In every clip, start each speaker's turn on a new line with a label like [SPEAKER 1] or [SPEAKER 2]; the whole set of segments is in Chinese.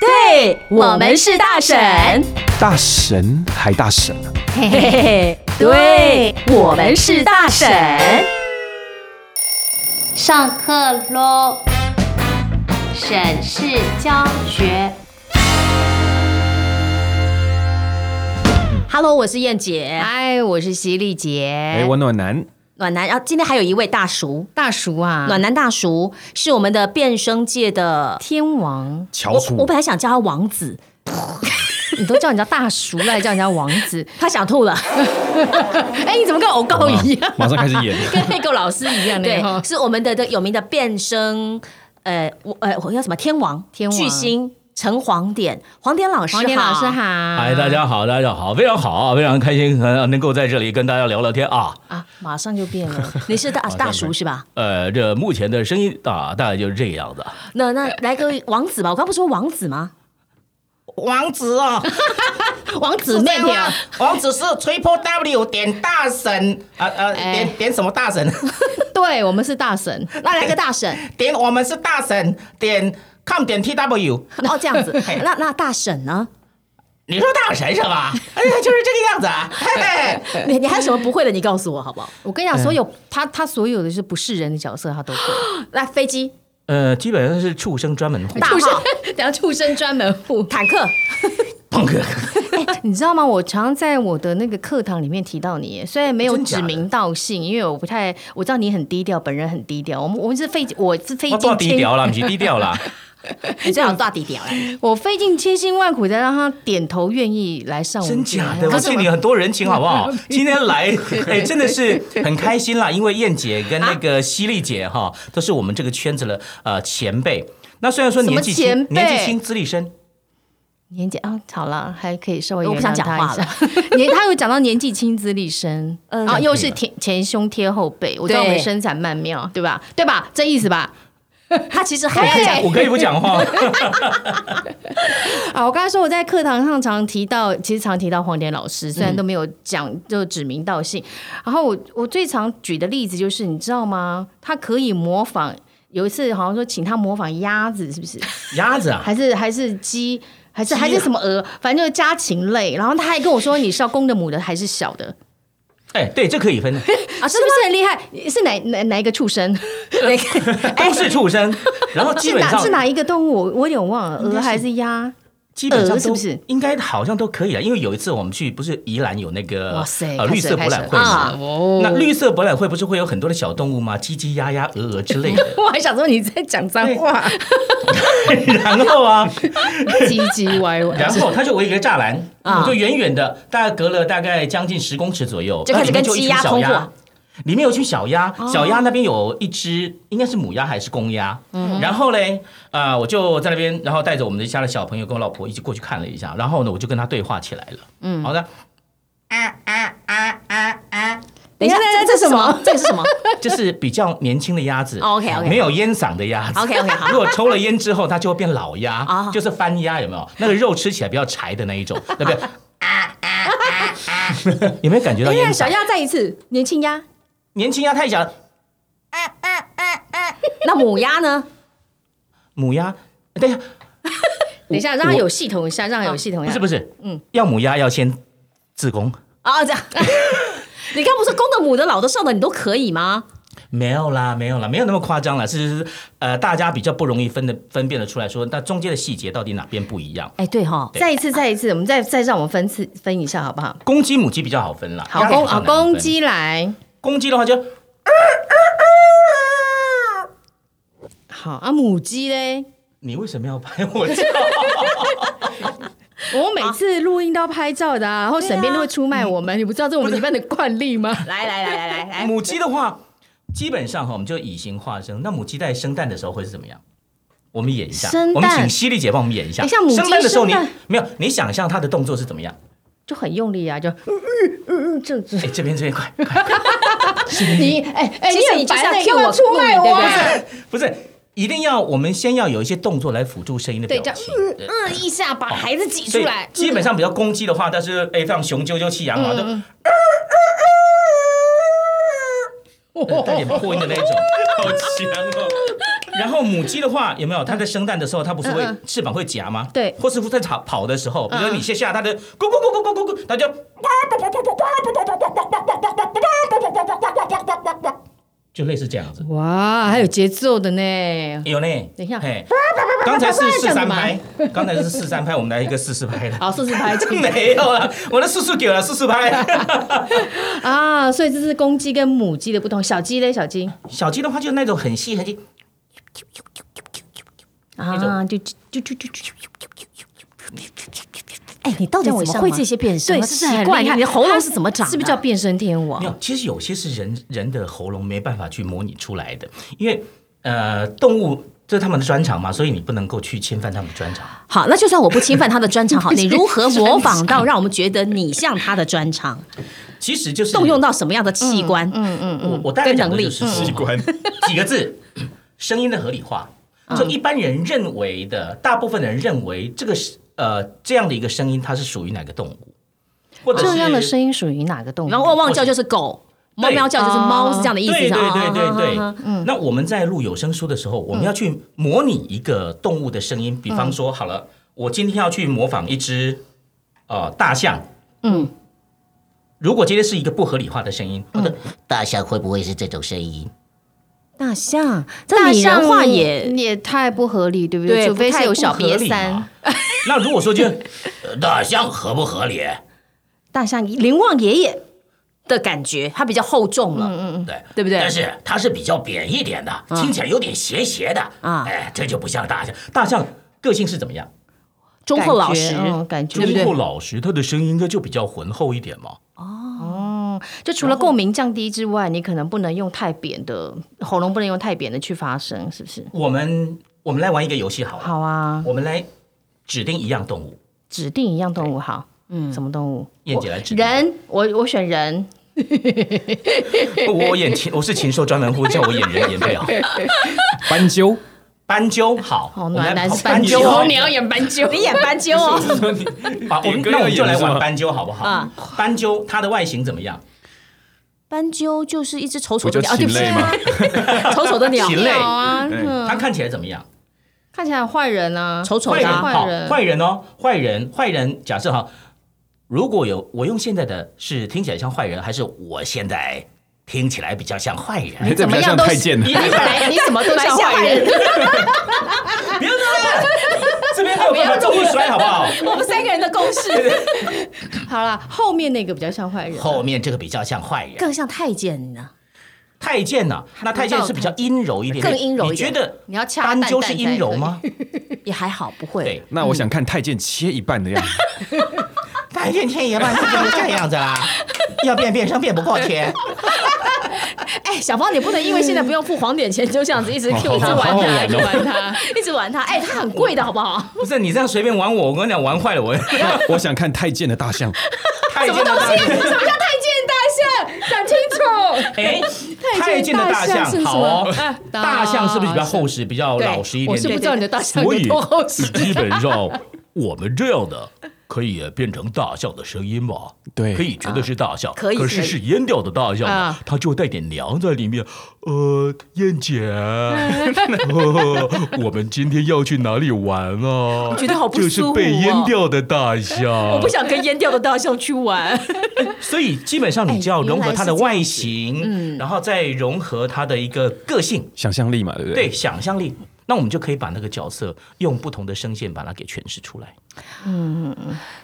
[SPEAKER 1] 嘿，我们是大婶，
[SPEAKER 2] 大神还大神啊！
[SPEAKER 1] 嘿嘿嘿，对，我们是大婶。
[SPEAKER 3] 上课喽！沈氏教学，
[SPEAKER 1] Hello，我是燕姐，
[SPEAKER 4] 嗨，我是犀利姐。
[SPEAKER 2] 哎，我暖男，
[SPEAKER 1] 暖男。然后今天还有一位大叔，
[SPEAKER 4] 大叔啊，
[SPEAKER 1] 暖男大叔是我们的变声界的。
[SPEAKER 4] 天王，
[SPEAKER 2] 乔
[SPEAKER 1] 我
[SPEAKER 2] 楚
[SPEAKER 1] 我本来想叫他王子，
[SPEAKER 4] 你都叫人家大叔了，还叫人家王 子。
[SPEAKER 1] 他想吐了。
[SPEAKER 4] 哎，你怎么跟偶告一样？
[SPEAKER 2] 马上开始 演。
[SPEAKER 4] 跟那个老师一 样
[SPEAKER 1] 对
[SPEAKER 4] 的哈，。
[SPEAKER 1] 是我们的的有名的变声，呃，我呃，我叫什么天王、
[SPEAKER 4] 天王
[SPEAKER 1] 巨星陈黄典，黄典老师好，
[SPEAKER 4] 黄田老师好，
[SPEAKER 5] 嗨，大家好，大家好，非常好啊，非常开心呃能够在这里跟大家聊聊天啊。
[SPEAKER 4] 啊，马上就变了。
[SPEAKER 1] 你是大
[SPEAKER 5] 像
[SPEAKER 1] 大叔是吧？
[SPEAKER 5] 呃，这目前的声音啊，大概就是这个样子。
[SPEAKER 1] 那那来个王子吧，我刚不是说王子吗？
[SPEAKER 6] 王子哦，
[SPEAKER 4] 王子
[SPEAKER 6] 是这
[SPEAKER 4] 面
[SPEAKER 6] 样吗
[SPEAKER 4] 条，？
[SPEAKER 6] 王子是 triple W 点大神，呃呃，
[SPEAKER 4] 哎
[SPEAKER 6] 点点什么大神？
[SPEAKER 4] 对我们是大神。
[SPEAKER 1] 那来个大婶
[SPEAKER 6] 点我们是大神，点 com 点 tw。
[SPEAKER 1] 哦，这样 子。那那大婶呢？
[SPEAKER 6] 你说大神是吧？哎，就是这个样子啊。嘿嘿
[SPEAKER 1] 你你还有什么不会的？你告诉我好不好？
[SPEAKER 4] 我跟你讲，所有他他所有的是不是人的角色，他都 会。
[SPEAKER 1] 来飞机、
[SPEAKER 5] 呃，基本上是畜生专门户
[SPEAKER 1] 大
[SPEAKER 4] 畜生
[SPEAKER 1] 号、，
[SPEAKER 4] 等下畜生专门户。
[SPEAKER 1] 坦克，
[SPEAKER 5] 胖哥，
[SPEAKER 4] 你知道吗？我常在我的那个课堂里面提到你耶，虽然没有
[SPEAKER 5] 哦真假
[SPEAKER 4] 指
[SPEAKER 5] 的
[SPEAKER 4] 名道姓，因为我不太我知道你很低调，本人很低调。我们我们是费我是费
[SPEAKER 5] 我多
[SPEAKER 4] 尽
[SPEAKER 5] 哦低
[SPEAKER 4] 千
[SPEAKER 5] 调啦，不是低调啦。
[SPEAKER 1] 你最好大底 点来。
[SPEAKER 4] 我费尽千辛万苦的让他点头愿意来上哦我嗯
[SPEAKER 5] 真
[SPEAKER 4] 们节目。
[SPEAKER 5] 假的？我
[SPEAKER 4] 可是
[SPEAKER 5] 见你很多人情，好不好？今 天来，哎，真的是很开心啦，因为燕姐跟
[SPEAKER 4] 啊
[SPEAKER 5] 那个犀利姐哈，都是我们这个圈子的呃前辈。那虽然说
[SPEAKER 4] 什么
[SPEAKER 5] 年纪
[SPEAKER 4] 前
[SPEAKER 5] 轻，
[SPEAKER 4] 辈
[SPEAKER 5] 年纪轻，资历深，
[SPEAKER 4] 年纪啊，好了，还可以稍微
[SPEAKER 1] 我不想讲话了
[SPEAKER 4] 了。 年他有讲到年纪轻资历深，
[SPEAKER 1] 嗯
[SPEAKER 4] 啊，又是前前胸贴后背，我知道我
[SPEAKER 1] 对
[SPEAKER 4] 们生产曼妙，对吧？对吧？这意思吧？
[SPEAKER 1] 他其实
[SPEAKER 4] 哎
[SPEAKER 1] 还有讲，
[SPEAKER 5] 我可以不讲话。
[SPEAKER 4] 啊，我刚才说我在课堂上常提到，其实常提到黄典老师，虽然都没有讲就指名道姓。然后我我最常举的例子就是，你知道吗？他可以模仿，有一次好像说请他模仿鸭子，是不 是？
[SPEAKER 5] 鸭子啊，
[SPEAKER 4] 还是还是鸡，还是
[SPEAKER 5] 鸡啊
[SPEAKER 4] 还是什么鹅，反正就是家禽类。然后他还跟我说你是要公的、母的还是小 的，
[SPEAKER 5] 哎，对，这可以分的，
[SPEAKER 4] 啊，是不是很厉害？是哪哪哪一个畜 生？
[SPEAKER 5] 都是 畜生。然后基
[SPEAKER 4] 哎是
[SPEAKER 5] 本
[SPEAKER 4] 哪
[SPEAKER 5] 上
[SPEAKER 4] 是哪一个动物？我我有点忘了，鹅还是鸭？
[SPEAKER 5] 基本上
[SPEAKER 4] 呃鹅是
[SPEAKER 5] 都
[SPEAKER 4] 不是
[SPEAKER 5] 应该好像都可以了，因为有一次我们去不是宜兰有那个
[SPEAKER 4] 哇塞
[SPEAKER 5] 呃
[SPEAKER 4] 开
[SPEAKER 5] 绿
[SPEAKER 4] 始
[SPEAKER 5] 色博览会嘛
[SPEAKER 4] 开始，哦
[SPEAKER 5] 那绿色博览会不是会有很多的小动物吗？鸡鸡、鸭鸭、鹅鹅之类的。
[SPEAKER 4] 我还想说你在讲脏话，
[SPEAKER 5] 然后啊，
[SPEAKER 4] 唧唧歪歪。
[SPEAKER 5] 然后他就围一个栅栏，
[SPEAKER 1] 啊
[SPEAKER 5] 我就远远的，大概隔了大概将近十公尺左右，
[SPEAKER 1] 就开始
[SPEAKER 5] 然
[SPEAKER 1] 跟
[SPEAKER 5] 后里面就
[SPEAKER 1] 鸡
[SPEAKER 5] 一群
[SPEAKER 1] 鸭
[SPEAKER 5] 小
[SPEAKER 1] 通
[SPEAKER 5] 鸭
[SPEAKER 1] 火。哦
[SPEAKER 5] 里面有一群小鸭，小鸭那边有一只，应该是母鸭还是公鸭。
[SPEAKER 1] 嗯
[SPEAKER 5] 然后嘞，啊，我就在那边，然后带着我们的家的小朋友跟我老婆一起过去看了一下，然后呢，我就跟他对话起来了。嗯，好的，
[SPEAKER 6] 啊啊啊啊啊！
[SPEAKER 1] 等一下，这这是什么？这个是什么
[SPEAKER 5] 就是比较年轻的鸭子
[SPEAKER 1] 哦，OK，OK
[SPEAKER 5] 没有烟嗓的鸭子。
[SPEAKER 1] ？OK，OK，好
[SPEAKER 5] 如。果抽了烟之后，它就会变老鸭
[SPEAKER 1] 哦，
[SPEAKER 5] 就是番鸭，有没有？那个肉吃起来比较柴的那一种，对不对？ 有没有感觉到
[SPEAKER 4] 哎
[SPEAKER 5] 烟
[SPEAKER 4] 呀，
[SPEAKER 5] 嗓
[SPEAKER 4] 小？鸭再一次，年轻鸭，
[SPEAKER 5] 年轻鸭太小，
[SPEAKER 1] 那母鸭呢？
[SPEAKER 5] 母鸭，哎等一下，
[SPEAKER 4] 等一下让它有系统一下，让它有系统一
[SPEAKER 5] 不
[SPEAKER 4] 下。
[SPEAKER 5] 是不是，嗯，要母鸭要先自宫，
[SPEAKER 1] 啊，这 样。你刚不是公的、母的、老的、少的，你都可以吗？
[SPEAKER 5] 没有啦，没有啦，没有那么夸张啦，是是是，呃，大家比较不容易分的分辨得出来说，那中间的细节到底哪边不一样？
[SPEAKER 1] 哎，对哈，
[SPEAKER 4] 再一次，再一次，我们再再让我们分次分一下，好不好？
[SPEAKER 5] 公鸡母鸡比较好分啦，
[SPEAKER 4] 好
[SPEAKER 5] 鸭子
[SPEAKER 4] 公
[SPEAKER 5] 比较
[SPEAKER 4] 好
[SPEAKER 5] 难分
[SPEAKER 4] 公，鸡来，
[SPEAKER 5] 公鸡的话就
[SPEAKER 4] 好啊，母鸡嘞。
[SPEAKER 5] 你为什么要拍我照？
[SPEAKER 4] 我每次录音都要拍照的啊，然后沈编都会出卖我们，你不知道这是我们里面的惯例吗？
[SPEAKER 1] 来来来来来来，
[SPEAKER 5] 母鸡的话，基本上哈，我们就以形化身。那母鸡在生蛋的时候会是怎么样？我们演一下，
[SPEAKER 4] 生
[SPEAKER 5] 我
[SPEAKER 4] 蛋
[SPEAKER 5] 们请犀利姐帮我们演一下。
[SPEAKER 4] 等一下母鸡
[SPEAKER 5] 生蛋的时候你，
[SPEAKER 4] 生蛋
[SPEAKER 5] 没有，你想象它的动作是怎么样？
[SPEAKER 4] 就很用力啊，就呃
[SPEAKER 5] 哎，这边这边快，快
[SPEAKER 4] 你哎哎，
[SPEAKER 1] 其
[SPEAKER 4] 你
[SPEAKER 1] 实你
[SPEAKER 4] 很
[SPEAKER 1] 就是
[SPEAKER 4] 烦
[SPEAKER 1] 要 cue
[SPEAKER 4] 的，干嘛
[SPEAKER 1] 我
[SPEAKER 4] 出卖
[SPEAKER 1] 录你对
[SPEAKER 4] 我
[SPEAKER 1] 不对
[SPEAKER 4] 啊？
[SPEAKER 5] 不是，一定要我们先要有一些动作来辅助声音的
[SPEAKER 4] 对，
[SPEAKER 5] 表
[SPEAKER 4] 这样
[SPEAKER 5] 情。
[SPEAKER 4] 嗯
[SPEAKER 5] 对
[SPEAKER 4] 嗯一下把孩子挤
[SPEAKER 5] 所
[SPEAKER 4] 出
[SPEAKER 5] 以
[SPEAKER 4] 来，
[SPEAKER 5] 基本上比较公鸡的话，但是哎，非常雄赳赳气扬昂的，呃带点破音的那种，好强哦！然后母鸡的话，有没有它在生蛋的时候，它不是会翅膀会夹吗？
[SPEAKER 4] 对
[SPEAKER 5] 或是在跑跑的时候，比如说你先下它的咕咕咕咕咕咕咕，它就就类似这样子。
[SPEAKER 4] 哇，还有节奏的呢。
[SPEAKER 5] 有呢，
[SPEAKER 4] 等一下
[SPEAKER 5] 嘿，刚才是四三拍
[SPEAKER 4] 讲，
[SPEAKER 5] 刚才是四三拍，我们来一个四四拍的。
[SPEAKER 4] 好，四四拍
[SPEAKER 5] 没有了，我的四四给了四四拍。
[SPEAKER 4] 啊，所以这是公鸡跟母鸡的不同。小鸡嘞，小鸡
[SPEAKER 5] 小鸡的话就是那种很细很细，
[SPEAKER 4] 啊，就就就就就就
[SPEAKER 1] 哎，你到底
[SPEAKER 4] 这样我
[SPEAKER 1] 怎么
[SPEAKER 4] 上
[SPEAKER 1] 会
[SPEAKER 4] 吗
[SPEAKER 1] 这些变声
[SPEAKER 4] 对
[SPEAKER 1] 啊？
[SPEAKER 4] 哦是不是
[SPEAKER 1] 奇
[SPEAKER 4] 很
[SPEAKER 1] 怪，
[SPEAKER 4] 厉害
[SPEAKER 1] 你的喉咙是怎么长的？
[SPEAKER 4] 是不是叫变身天
[SPEAKER 5] 没
[SPEAKER 4] 王？
[SPEAKER 1] 啊
[SPEAKER 5] 有，其实有些是人人的喉咙没办法去模拟出来的，因为呃，动物这是他们的专长嘛，所以你不能够去侵犯他们的专长。
[SPEAKER 1] 好？那就算我不侵犯他的专 长，好，你如何模仿到让我们觉得你像他的专长？
[SPEAKER 5] 其实就是
[SPEAKER 1] 动用到什么样的器官？
[SPEAKER 5] 我我大概讲的就是
[SPEAKER 1] 跟能嗯
[SPEAKER 5] 习惯几个字，声音的合理化。
[SPEAKER 1] 嗯
[SPEAKER 5] 就一般人认为的，大部分人认为这个是呃这样的一个声音，它是属于哪个动物，或者是
[SPEAKER 4] 这样的声音属于哪个动物？
[SPEAKER 1] 然后汪汪叫就是狗，
[SPEAKER 5] 对
[SPEAKER 1] 喵喵叫就是猫，是这样的意思
[SPEAKER 5] 对对
[SPEAKER 1] 是吧
[SPEAKER 5] 对对对
[SPEAKER 1] 啊
[SPEAKER 5] 对。那我们在录有声书的时候，我们要去模拟一个动物的声音，比方说，好了，我今天要去模仿一只呃大象，嗯。如果今天是一个不合理化的声音，
[SPEAKER 1] 嗯
[SPEAKER 5] 我的大象会不会是这种声音？
[SPEAKER 1] 大象，这拟人化也
[SPEAKER 4] 也太不合理，对不
[SPEAKER 1] 对
[SPEAKER 4] 除非是有小
[SPEAKER 5] 不合
[SPEAKER 4] 瘪
[SPEAKER 5] 理
[SPEAKER 4] 三
[SPEAKER 5] 嘛。那如果 说就呃大象合不合理？
[SPEAKER 1] 大象林旺爷爷的感觉，它比较厚重了。
[SPEAKER 5] 对
[SPEAKER 1] 嗯对不对嗯
[SPEAKER 5] 但是它是比较扁一点的，听起来有点斜斜的
[SPEAKER 1] 啊
[SPEAKER 5] 哎，这就不像大象。大象个性是怎么样？
[SPEAKER 1] 忠厚老实
[SPEAKER 4] 感觉，嗯感觉
[SPEAKER 5] 忠
[SPEAKER 4] 对不对
[SPEAKER 5] 厚老实，他的声音应该就比较浑厚一点嘛。
[SPEAKER 4] 就除了共鸣降低之外，你可能不能用太扁的喉咙，不能用太扁的去发声，是不是？
[SPEAKER 5] 我们我们来玩一个游戏好了，
[SPEAKER 4] 好啊，
[SPEAKER 5] 我们来指定一样动物，
[SPEAKER 4] 指定一样动物好，嗯，什么动物？
[SPEAKER 5] 燕姐来指定。
[SPEAKER 4] 人，我我选人，
[SPEAKER 5] 我我演禽，我是禽兽专栏户，叫我演人演不了。
[SPEAKER 2] 斑鸠，
[SPEAKER 5] 斑鸠好，
[SPEAKER 4] 好
[SPEAKER 5] 我们
[SPEAKER 4] 暖
[SPEAKER 5] 来
[SPEAKER 4] 男
[SPEAKER 5] 跑
[SPEAKER 4] 是斑鸠，
[SPEAKER 5] 好
[SPEAKER 4] 哦你要演斑鸠，
[SPEAKER 1] 你演斑鸠哦，
[SPEAKER 5] 好，我
[SPEAKER 2] 点
[SPEAKER 5] 们
[SPEAKER 2] 歌
[SPEAKER 5] 那
[SPEAKER 2] 要
[SPEAKER 5] 我们
[SPEAKER 2] 演
[SPEAKER 5] 就来
[SPEAKER 2] 是
[SPEAKER 5] 玩
[SPEAKER 2] 吗
[SPEAKER 5] 斑鸠好不好
[SPEAKER 1] 啊？
[SPEAKER 5] 斑鸠它的外形怎么样？
[SPEAKER 1] 斑鸠就是一只丑丑
[SPEAKER 2] 不
[SPEAKER 1] 的
[SPEAKER 2] 就
[SPEAKER 1] 鸟，
[SPEAKER 2] 禽类吗？
[SPEAKER 1] 丑丑的鸟，
[SPEAKER 5] 禽类，
[SPEAKER 4] 鸟啊，嗯
[SPEAKER 5] 它看起来怎么样？
[SPEAKER 4] 看起来坏人啊，
[SPEAKER 1] 丑丑
[SPEAKER 5] 坏
[SPEAKER 1] 的
[SPEAKER 5] 人
[SPEAKER 1] 啊。
[SPEAKER 5] 好
[SPEAKER 4] 坏，人
[SPEAKER 5] 坏人哦，坏人，坏人。假设哈，如果有我用现在的是听起来像坏人，还是我现在听起来比较像坏人？
[SPEAKER 2] 你怎么像太监呢？
[SPEAKER 4] 你来， 你怎么都像坏人，
[SPEAKER 5] 别闹了，这边没有办法重力摔，好不好？
[SPEAKER 1] 我们三个人的公式
[SPEAKER 4] 好啦，后面那个比较像坏人，
[SPEAKER 5] 后面这个比较像坏人，
[SPEAKER 1] 更像太监呢。
[SPEAKER 5] 太监呐、那太监是比较阴柔一点点，
[SPEAKER 1] 更阴柔一点
[SPEAKER 5] 你觉得
[SPEAKER 4] 你要掐
[SPEAKER 5] 斑
[SPEAKER 4] 蛋
[SPEAKER 5] 鸠
[SPEAKER 4] 蛋
[SPEAKER 5] 是
[SPEAKER 4] 才
[SPEAKER 5] 阴柔吗？
[SPEAKER 1] 也还好，不
[SPEAKER 5] 对
[SPEAKER 1] 会。
[SPEAKER 2] 那我想看太监切一半的样子，
[SPEAKER 5] 太监天爷嘛，那就是这样子 啦。要变变声变不过去，
[SPEAKER 1] 哎，小芳，你不能因为现在不用付黄点钱，就这样子一直 Q
[SPEAKER 2] 好
[SPEAKER 1] 他
[SPEAKER 2] 好
[SPEAKER 1] 玩
[SPEAKER 2] 好好
[SPEAKER 1] 他，
[SPEAKER 2] 玩
[SPEAKER 1] 一直玩他，一直玩他。哎，他很贵的好不好？
[SPEAKER 5] 不是你这样随便玩我，我跟你讲玩坏了我。
[SPEAKER 2] 我想看太监的大象，
[SPEAKER 5] 太监的大象，
[SPEAKER 1] 什么叫太监大象？讲清楚。
[SPEAKER 5] 哎，太监的大
[SPEAKER 4] 是什
[SPEAKER 5] 象
[SPEAKER 4] 么
[SPEAKER 5] 好哦，
[SPEAKER 4] 哎
[SPEAKER 5] 大象哦是不是比较厚实、比较老实一
[SPEAKER 4] 我
[SPEAKER 5] 点
[SPEAKER 4] 是不
[SPEAKER 5] 点
[SPEAKER 4] 知？道你的大象
[SPEAKER 5] 所
[SPEAKER 4] 有
[SPEAKER 5] 以
[SPEAKER 4] 多厚实。
[SPEAKER 5] 基本上我们这样的可以变成大象的声音嘛？
[SPEAKER 2] 对
[SPEAKER 5] 可以绝对是大象，
[SPEAKER 1] 啊可以
[SPEAKER 5] 是是阉掉的大象嘛
[SPEAKER 4] 啊，
[SPEAKER 5] 它就带点凉在里面。呃，燕姐， 呃我们今天要去哪里玩啊？
[SPEAKER 1] 觉得好不
[SPEAKER 5] 就是
[SPEAKER 1] 舒服哦
[SPEAKER 5] 被阉掉的大
[SPEAKER 1] 我
[SPEAKER 5] 象
[SPEAKER 1] 不。 想跟阉掉的大象去玩。
[SPEAKER 5] 所以基本上你就要
[SPEAKER 1] 哎
[SPEAKER 5] 融合它的外形，
[SPEAKER 1] 嗯
[SPEAKER 5] 然后再融合它的一个个性，
[SPEAKER 2] 想象力嘛，对不对？
[SPEAKER 5] 对，想象力。那我们就可以把那个角色用不同的声线把它给诠释出来。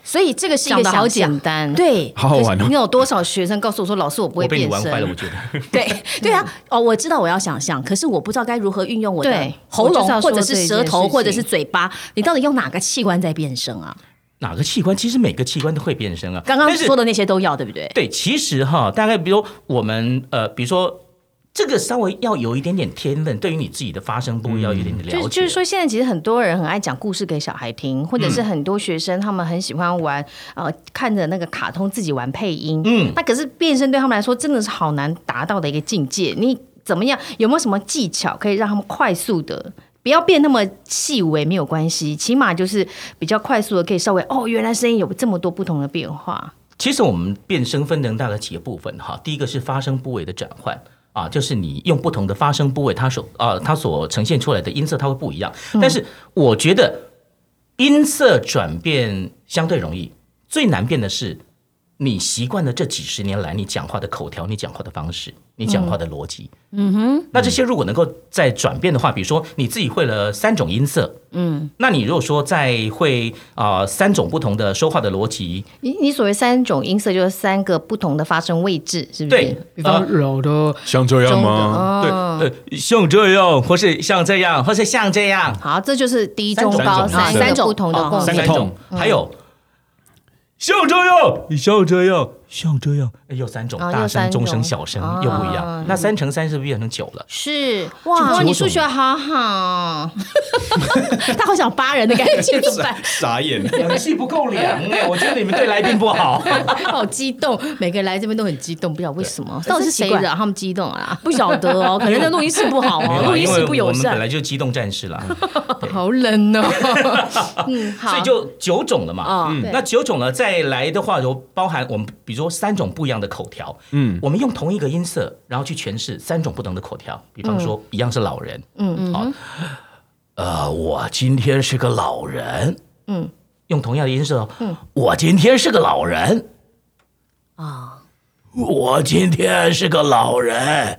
[SPEAKER 1] 所以这个是一
[SPEAKER 4] 讲
[SPEAKER 1] 个
[SPEAKER 4] 的好
[SPEAKER 1] 想象
[SPEAKER 4] 简。单，
[SPEAKER 1] 对
[SPEAKER 2] 好好玩
[SPEAKER 4] 你
[SPEAKER 2] 哦。
[SPEAKER 4] 有多少学生告诉我说，老师我不
[SPEAKER 5] 我
[SPEAKER 4] 会
[SPEAKER 5] 被你
[SPEAKER 4] 变
[SPEAKER 5] 玩
[SPEAKER 4] 声？
[SPEAKER 5] 坏了，我觉得。
[SPEAKER 1] 对对啊！哦，我知道我要想象，可是我不知道该如何运用我的
[SPEAKER 4] 对
[SPEAKER 1] 喉
[SPEAKER 4] 我就是要
[SPEAKER 1] 咙，
[SPEAKER 4] 说
[SPEAKER 1] 或者是
[SPEAKER 4] 这
[SPEAKER 1] 舌
[SPEAKER 4] 件事
[SPEAKER 1] 头，
[SPEAKER 4] 情
[SPEAKER 1] 或者是嘴巴。你到底用哪个器官在变声啊？
[SPEAKER 5] 哪个器官？其实每个器官都会变声啊。
[SPEAKER 1] 刚刚
[SPEAKER 5] 但是
[SPEAKER 1] 说的那些都要，对不对？
[SPEAKER 5] 对，其实哈，大概比如我们呃，比如说这个稍微要有一点点天分，对于你自己的发声
[SPEAKER 1] 嗯
[SPEAKER 5] 部位要有一点点了解。嗯
[SPEAKER 4] 就是就是说，现在其实很多人很爱讲故事给小孩听，或者是很多学生他们很喜欢玩，呃，看着那个卡通自己玩配音。嗯，那可是变声对他们来说真的是好难达到的一个境界。你怎么样？有没有什么技巧可以让他们快速的？不要变那么细微，没有关系，起码就是比较快速的，可以稍微哦，原来声音有这么多不同的变化。
[SPEAKER 5] 其实我们变声分成大概几个部分哈，第一个是发声部位的转换，啊，就是你用不同的发声部位，它所啊、它所呈现出来的音色它会不一样。但是我觉得音色转变相对容易，最难变的是你习惯了这几十年来你讲话的口条、你讲话的方式、你讲话的逻辑。嗯哼，那这些如果能够再转变的话，比如说你自己会了三种音色，嗯，那你如果说再会啊、三种不同的说话的逻辑，
[SPEAKER 4] 你你所谓三种音色，就是三个不同的发声位置，是不是？
[SPEAKER 5] 对，
[SPEAKER 4] 比方老的、
[SPEAKER 2] 像这样
[SPEAKER 4] 中的，
[SPEAKER 2] 吗？
[SPEAKER 4] 哦、
[SPEAKER 5] 呃，像这样，或是像这样，或是像这样，
[SPEAKER 4] 好，这就是低中高
[SPEAKER 2] 三种
[SPEAKER 4] 三
[SPEAKER 2] 三
[SPEAKER 4] 个
[SPEAKER 1] 种
[SPEAKER 4] 不同的共
[SPEAKER 2] 三
[SPEAKER 4] 鸣
[SPEAKER 2] 个。痛，
[SPEAKER 5] 还有像这样，像这样，像这样，哎有三种，
[SPEAKER 4] 啊
[SPEAKER 5] 大
[SPEAKER 4] 又三
[SPEAKER 5] 声、中
[SPEAKER 4] 种
[SPEAKER 5] 声、小声又不一样。那三乘三是不是变成九了？
[SPEAKER 4] 是
[SPEAKER 1] 哇
[SPEAKER 4] 哇，你数学好好，
[SPEAKER 1] 他好想扒人的感觉，怎么 办？
[SPEAKER 2] 傻眼。
[SPEAKER 5] 两个戏不够凉哎，我觉得你们对来宾不 好。
[SPEAKER 4] 好激动，每个人来这边都很激动，不知道为什么，到底是
[SPEAKER 1] 真
[SPEAKER 4] 谁
[SPEAKER 1] 奇怪
[SPEAKER 4] 惹他们激动啊？
[SPEAKER 1] 不晓得哦，可能那录音室不好
[SPEAKER 5] 没
[SPEAKER 1] 哦，
[SPEAKER 5] 有
[SPEAKER 1] 录
[SPEAKER 5] 啊
[SPEAKER 1] 音
[SPEAKER 5] 因
[SPEAKER 1] 室
[SPEAKER 5] 为
[SPEAKER 1] 不
[SPEAKER 5] 我
[SPEAKER 1] 友
[SPEAKER 5] 们本
[SPEAKER 1] 善。
[SPEAKER 5] 来就是机动战士啦，
[SPEAKER 4] 好冷哦。 嗯，好
[SPEAKER 5] 所以，就九种了嘛。
[SPEAKER 1] 啊，
[SPEAKER 5] 那九种呢，再来的话，就包含我们比如说三种不一样的口条，嗯，我们用同一个音色，然后去诠释三种不同的口条。比方说，一样是老人，嗯嗯，好，呃，我今天是个老人，
[SPEAKER 4] 嗯，
[SPEAKER 5] 用同样的音色，嗯，我今天是个老人，
[SPEAKER 1] 啊，
[SPEAKER 5] 我今天是个老人。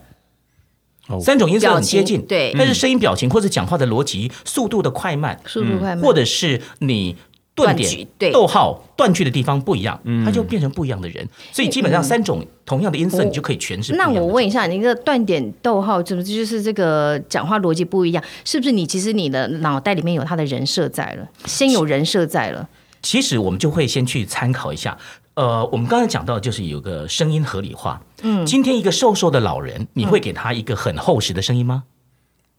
[SPEAKER 2] 哦
[SPEAKER 5] 三种音色很接近，
[SPEAKER 1] 表情对
[SPEAKER 5] 但是声音、表情或者讲话的逻辑、速度的快慢，
[SPEAKER 4] 速度快慢，
[SPEAKER 5] 嗯或者是你顿
[SPEAKER 1] 断句
[SPEAKER 5] 点、
[SPEAKER 1] 对
[SPEAKER 5] 逗号、断句的地方不一样，它就变成不一样的人。所以基本上三种同样的音色，
[SPEAKER 4] 我
[SPEAKER 5] 你就可以诠释不一
[SPEAKER 4] 那
[SPEAKER 5] 样的。
[SPEAKER 4] 我问一下，你这个断点逗号，怎么就是这个讲话逻辑不一样？是不是你其实你的脑袋里面有他的人设在了，先有人设在了？
[SPEAKER 5] 其实我们就会先去参考一下。呃，我们刚才讲到，就是有个声音合理化。嗯，今天一个瘦瘦的老人，
[SPEAKER 4] 嗯
[SPEAKER 5] 你会给他一个很厚实的声音吗？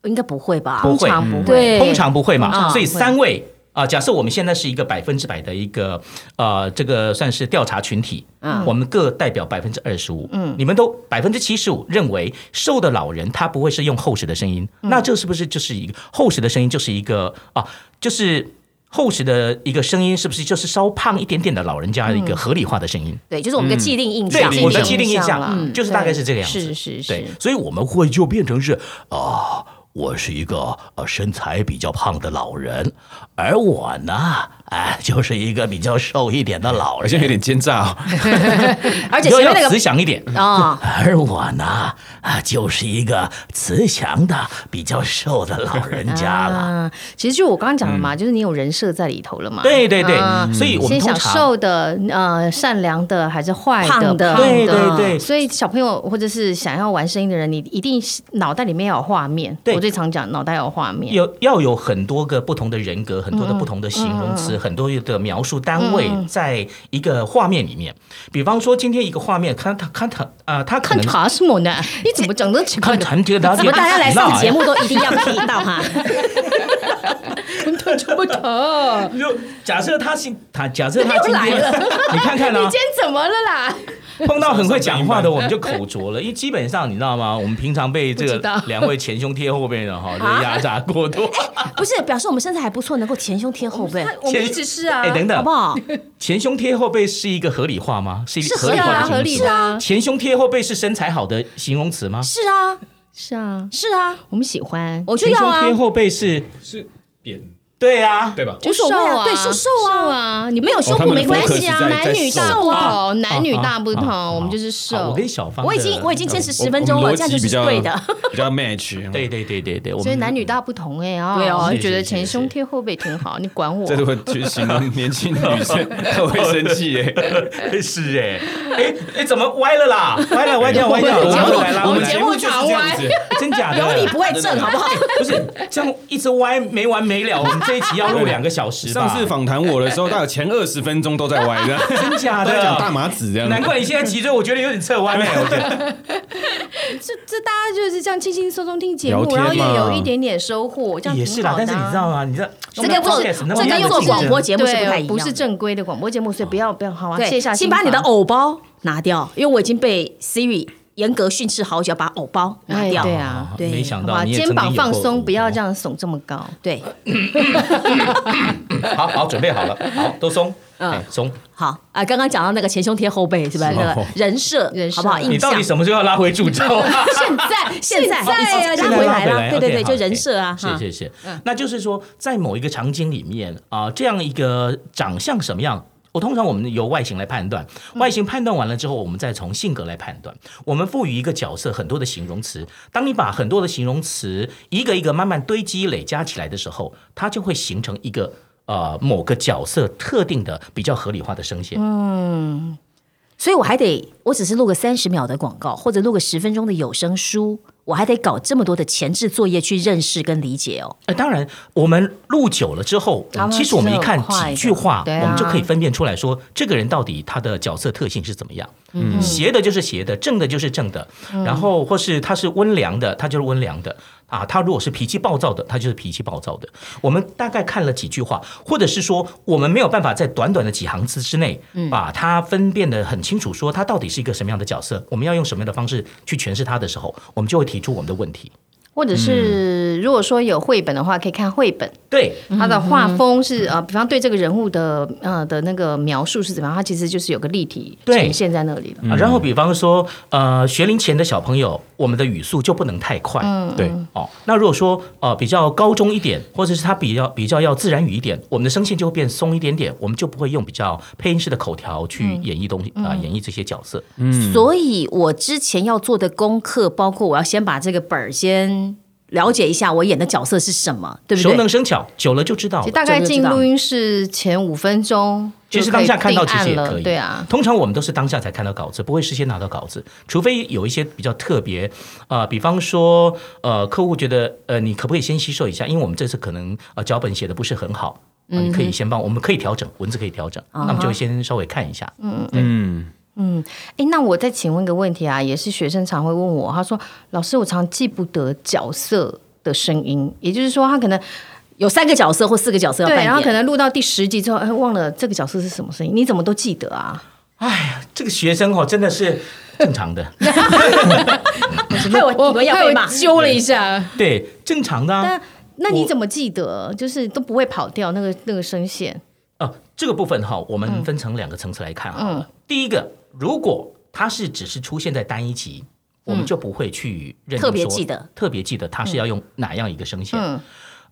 [SPEAKER 1] 应该不会吧？
[SPEAKER 5] 不
[SPEAKER 4] 通
[SPEAKER 5] 会
[SPEAKER 4] 常不会，
[SPEAKER 1] 对
[SPEAKER 5] 通常不会
[SPEAKER 1] 通常
[SPEAKER 5] 嘛。
[SPEAKER 1] 不
[SPEAKER 5] 所
[SPEAKER 1] 会
[SPEAKER 5] 以三位啊、假设我们现在是一个百分之百的一个呃，这个算是调查群体，嗯，我们各代表百分之二十五，嗯，你们都百分之七十五认为瘦的老人他不会是用厚实的声音，那这是不是就是一个厚实的声音就是一个啊，就是。厚实的一个声音，是不是就是稍胖一点点的老人家的一个合理化的声音？
[SPEAKER 1] 对，就是我们的既定印
[SPEAKER 5] 对
[SPEAKER 1] 象，，
[SPEAKER 5] 我的
[SPEAKER 4] 的
[SPEAKER 5] 既定印
[SPEAKER 4] 印象
[SPEAKER 5] 象
[SPEAKER 4] 啦
[SPEAKER 5] 就是大概是这个样子。
[SPEAKER 4] 是是是
[SPEAKER 5] 对，，所以我们会就变成是啊，我是一个呃身材比较胖的老人，而我呢，哎，就是一个比较瘦一点的老
[SPEAKER 2] 好像有
[SPEAKER 5] 人。
[SPEAKER 2] 点奸诈哦，
[SPEAKER 1] 而且
[SPEAKER 5] 你
[SPEAKER 1] 前
[SPEAKER 5] 就
[SPEAKER 1] 面
[SPEAKER 5] 要
[SPEAKER 1] 那
[SPEAKER 5] 慈
[SPEAKER 1] 个
[SPEAKER 5] 祥一点，
[SPEAKER 1] 啊，
[SPEAKER 5] 而我呢，啊，就是一个慈祥的、比较瘦的老人家了。
[SPEAKER 4] 啊，其实就我刚刚讲的嘛，就是你有人设在里头了嘛。
[SPEAKER 5] 嗯对对对，
[SPEAKER 4] 啊
[SPEAKER 5] 所以我
[SPEAKER 4] 先
[SPEAKER 5] 们通
[SPEAKER 4] 想
[SPEAKER 5] 常
[SPEAKER 4] 瘦的、呃善良的还是坏的、
[SPEAKER 1] 胖的
[SPEAKER 5] 对对对，
[SPEAKER 4] 所以小朋友或者是想要玩声音的人，你一定是脑袋里面要有画面。
[SPEAKER 5] 对
[SPEAKER 4] 我最常讲脑袋要有画面。
[SPEAKER 5] 有要有很多个不同的人格，很多
[SPEAKER 1] 嗯
[SPEAKER 5] 的不同的形容词，很多的描述单位在一个画面里面。比方说，今天一个画面，看他看他啊，他可
[SPEAKER 4] 看
[SPEAKER 5] 能
[SPEAKER 4] 查什么 呢？你怎么讲的奇怪
[SPEAKER 5] 看
[SPEAKER 4] 的？
[SPEAKER 5] 团结的，
[SPEAKER 1] 怎么大家来上节目都一定要提到哈？
[SPEAKER 4] 吞吞吐不得。
[SPEAKER 5] 你就假设他是他，假设 他今天，你看 看
[SPEAKER 4] 你
[SPEAKER 5] 啊
[SPEAKER 4] 今，天怎么了啦？
[SPEAKER 5] 碰到很会讲话的，我们就口拙了，因为基本上你知道吗？我们平常被这
[SPEAKER 4] 不知道
[SPEAKER 5] 个两位前胸贴后背 的哈，就压榨过多。
[SPEAKER 1] 不是，表示我们身材还不错，能够前胸贴后背，
[SPEAKER 4] 我们
[SPEAKER 5] 前
[SPEAKER 4] 一直是啊
[SPEAKER 5] 哎，，等
[SPEAKER 1] 好
[SPEAKER 5] 等
[SPEAKER 1] 不，好？
[SPEAKER 5] 前胸贴后背是一个合理化吗？是一个
[SPEAKER 1] 是
[SPEAKER 5] 合理
[SPEAKER 4] 是
[SPEAKER 5] 化
[SPEAKER 4] 啊，
[SPEAKER 5] 的
[SPEAKER 4] 合
[SPEAKER 5] 形
[SPEAKER 4] 理
[SPEAKER 5] 容词
[SPEAKER 4] 的啊，
[SPEAKER 5] 前胸贴后背是身材好的形容词吗？
[SPEAKER 1] 是啊，
[SPEAKER 4] 是啊，
[SPEAKER 1] 是啊，
[SPEAKER 4] 我们喜欢，
[SPEAKER 1] 我就
[SPEAKER 5] 前
[SPEAKER 1] 要
[SPEAKER 5] 胸
[SPEAKER 1] 啊
[SPEAKER 5] 贴，后背是
[SPEAKER 2] 是扁
[SPEAKER 5] 对啊，
[SPEAKER 2] 对吧？
[SPEAKER 1] 无所谓
[SPEAKER 4] 瘦
[SPEAKER 1] 啊，对，瘦瘦
[SPEAKER 4] 瘦
[SPEAKER 1] 啊，
[SPEAKER 4] 啊，你
[SPEAKER 1] 没有胸
[SPEAKER 2] 哦他
[SPEAKER 1] 部
[SPEAKER 2] 们的
[SPEAKER 1] 没关系
[SPEAKER 2] focus
[SPEAKER 1] 啊，
[SPEAKER 2] 在
[SPEAKER 1] 男女
[SPEAKER 2] 在
[SPEAKER 1] 大
[SPEAKER 4] 大
[SPEAKER 1] 不
[SPEAKER 4] 不
[SPEAKER 1] 同。
[SPEAKER 4] 同，男女大不同，
[SPEAKER 5] 啊啊
[SPEAKER 4] 我们就是
[SPEAKER 5] 好
[SPEAKER 4] 瘦
[SPEAKER 5] 我。跟小芳的，
[SPEAKER 1] 我已经我已经坚持
[SPEAKER 5] 呃
[SPEAKER 1] 十分钟
[SPEAKER 2] 我
[SPEAKER 1] 了，
[SPEAKER 2] 们
[SPEAKER 1] 这样就
[SPEAKER 2] 逻
[SPEAKER 1] 是
[SPEAKER 2] 辑比较
[SPEAKER 1] 对的。，
[SPEAKER 2] 比较 match。嗯
[SPEAKER 5] 嗯对，对对对对，我们
[SPEAKER 4] 所以男女大不同哎啊，
[SPEAKER 1] 对哦
[SPEAKER 4] 我就觉得
[SPEAKER 5] 是是是
[SPEAKER 4] 前胸贴后背挺好，你管 我
[SPEAKER 2] 这？都会去形容年轻女生，她会生气耶。
[SPEAKER 5] 是哎哎哎，怎么歪了啦？歪了
[SPEAKER 1] 哎
[SPEAKER 5] 歪掉歪掉，
[SPEAKER 4] 我
[SPEAKER 5] 我
[SPEAKER 4] 们
[SPEAKER 5] 们
[SPEAKER 4] 节目
[SPEAKER 5] 回来啦，
[SPEAKER 4] 我们
[SPEAKER 5] 回来
[SPEAKER 4] 节目常歪，
[SPEAKER 5] 哎真假的？
[SPEAKER 1] 有理不外 正，好不好？
[SPEAKER 5] 不是这样一直歪没完没了，我们这一集要录两个小时 吧？
[SPEAKER 2] 上次访谈我的时候，大概前二十分钟都在 歪的，
[SPEAKER 5] 真假
[SPEAKER 2] 都在讲大
[SPEAKER 5] 的？
[SPEAKER 2] 麻子这样。
[SPEAKER 5] 难怪你现在脊椎，我觉得有点侧 弯哎，我觉 得
[SPEAKER 4] 这这大家就是这样轻轻松松听节
[SPEAKER 2] 聊
[SPEAKER 4] 目，
[SPEAKER 2] 天
[SPEAKER 4] 然
[SPEAKER 2] 嘛
[SPEAKER 4] 后又有一点点收获，这样
[SPEAKER 5] 也
[SPEAKER 4] 挺
[SPEAKER 5] 是啦
[SPEAKER 4] 好。的啊
[SPEAKER 5] 但是你知道吗？你知道
[SPEAKER 1] 这个做
[SPEAKER 5] podcast 那么
[SPEAKER 1] 这
[SPEAKER 5] 样
[SPEAKER 1] 个
[SPEAKER 5] 的
[SPEAKER 1] 做
[SPEAKER 5] 竞争
[SPEAKER 1] 广播节目是不
[SPEAKER 4] 对
[SPEAKER 1] 太一样，
[SPEAKER 4] 不是正规的广播节目，所以不要不要好啊，卸
[SPEAKER 1] 对，
[SPEAKER 4] 下
[SPEAKER 1] 先
[SPEAKER 4] 心
[SPEAKER 1] 把你的
[SPEAKER 4] 防
[SPEAKER 1] 偶包拿掉，因为我已经被 Siri 严格训斥好久，把藕包拿
[SPEAKER 4] 哎
[SPEAKER 1] 掉。
[SPEAKER 4] 对啊，
[SPEAKER 1] 对
[SPEAKER 5] 没想到
[SPEAKER 4] 把
[SPEAKER 5] 你也
[SPEAKER 4] 肩
[SPEAKER 5] 曾经
[SPEAKER 4] 膀
[SPEAKER 5] 有
[SPEAKER 4] 放
[SPEAKER 5] 过嗯
[SPEAKER 4] 松，不要这样耸这么高。
[SPEAKER 1] 对，
[SPEAKER 5] 好好准备好了，好都松，
[SPEAKER 1] 嗯
[SPEAKER 5] 哎松。
[SPEAKER 1] 好啊，刚刚讲到那个前胸贴后背是吧？
[SPEAKER 5] 是
[SPEAKER 1] 那个
[SPEAKER 5] 哦
[SPEAKER 1] 人设，
[SPEAKER 4] 人设
[SPEAKER 1] 好不好？
[SPEAKER 5] 你
[SPEAKER 1] 印
[SPEAKER 5] 到
[SPEAKER 1] 象
[SPEAKER 5] 底。什么时候要拉回主轴 啊？
[SPEAKER 1] 现在现在
[SPEAKER 4] 现在
[SPEAKER 1] 拉
[SPEAKER 5] 拉
[SPEAKER 1] 回
[SPEAKER 5] 回
[SPEAKER 1] 来了，
[SPEAKER 5] 来，
[SPEAKER 1] 对对对，
[SPEAKER 5] OK，好
[SPEAKER 1] 就人设啊，
[SPEAKER 5] 是
[SPEAKER 1] 哈，
[SPEAKER 5] 是是，那就是说，在某一个场景里面啊、这样一个长相什么样？我通常我们由外形来判断，外形判断完了之后，我们再从性格来判断。我们赋予一个角色很多的形容词，当你把很多的形容词一个一个慢慢堆积累加起来的时候，它就会形成一个呃某个角色特定的比较合理化的声线。
[SPEAKER 1] 所以我还得，我只是录个三十秒的广告，或者录个十分钟的有声书，我还得搞这么多的前置作业去认识跟理解哦。
[SPEAKER 5] 呃，当然，我们录久了之后，
[SPEAKER 4] 他们
[SPEAKER 5] 其实我们一看
[SPEAKER 4] 是很快的
[SPEAKER 5] 几句话，
[SPEAKER 4] 对啊
[SPEAKER 5] 我们就可以分辨出来说，这个人到底他的角色特性是怎么样。嗯，邪的就是邪的，正的就是正的，
[SPEAKER 4] 嗯
[SPEAKER 5] 然后或是他是温良的，他就是温良的。啊，他如果是脾气暴躁的，他就是脾气暴躁的。我们大概看了几句话，或者是说，我们没有办法在短短的几行字之内，
[SPEAKER 4] 嗯
[SPEAKER 5] 把他分辨的很清楚，说他到底是一个什么样的角色，我们要用什么样的方式去诠释他的时候，我们就会提出我们的问题。
[SPEAKER 4] 或者是如果说有绘本的话，可以看绘本，
[SPEAKER 5] 对，
[SPEAKER 4] 它的画风是呃，比方对这个人物的呃的那个描述是怎么样，它其实就是有个立体
[SPEAKER 5] 对
[SPEAKER 4] 呈现在那里了。
[SPEAKER 5] 啊，然后比方说，呃，学龄前的小朋友，我们的语速就不能太快。
[SPEAKER 2] 对，
[SPEAKER 5] 哦，那如果说呃比较高中一点，或者是他比较比较要自然语一点，我们的声线就会变松一点点，我们就不会用比较配音式的口条去演绎东西啊、演绎这些角色。
[SPEAKER 1] 所以我之前要做的功课，包括我要先把这个本儿先了解一下，我演的角色是什么，对不
[SPEAKER 5] 熟能
[SPEAKER 1] 对？
[SPEAKER 5] 生巧，久了就知道
[SPEAKER 4] 其
[SPEAKER 5] 了
[SPEAKER 4] 实。大概
[SPEAKER 1] 这个
[SPEAKER 4] 进
[SPEAKER 1] 知道
[SPEAKER 4] 录音室前五分钟就
[SPEAKER 5] 其
[SPEAKER 4] 可以
[SPEAKER 5] 实
[SPEAKER 4] 定案
[SPEAKER 5] 当
[SPEAKER 4] 了，
[SPEAKER 5] 下看到其实也可以，
[SPEAKER 4] 对啊，
[SPEAKER 5] 通常我们都是当下才看到稿子，不会事先拿到稿子，除非有一些比较特别，呃，比方说，呃，客户觉得，呃，你可不可以先吸收一下？因为我们这次可能呃脚本写的不是很好，啊你
[SPEAKER 4] 嗯
[SPEAKER 5] 可以先帮，我们可以调整，文字可以调
[SPEAKER 4] 啊
[SPEAKER 5] 整，那我们就先稍微看一下。
[SPEAKER 2] 嗯，
[SPEAKER 4] 哎，那我再请问一个问题啊，也是学生常会问我，他说：“老师，我常记不得角色的声音，也就是说，他可能
[SPEAKER 1] 有三个角色或四个角色要
[SPEAKER 4] 对，
[SPEAKER 1] 扮
[SPEAKER 4] 然后
[SPEAKER 1] 演，
[SPEAKER 4] 可能录到第十集之后，哎，忘了这个角色是什么声音，你怎么都记得啊？
[SPEAKER 5] 哎呀，这个学生哦，真的是正 常的，
[SPEAKER 1] 害我以为要被骂。
[SPEAKER 4] 揪了一下，
[SPEAKER 5] 对，正常的、啊。
[SPEAKER 4] 但那你怎么记得？就是都不会跑掉那个那个声线，
[SPEAKER 5] 呃，这个部分哈、我
[SPEAKER 1] 嗯
[SPEAKER 5] 们分成两个层次来看好了。第一个，如果它是只是出现在单一集，我们就不会去认定
[SPEAKER 1] 嗯特别
[SPEAKER 5] 说
[SPEAKER 1] 记得，嗯
[SPEAKER 5] 特别记得它是要用哪样一个声线。
[SPEAKER 4] 嗯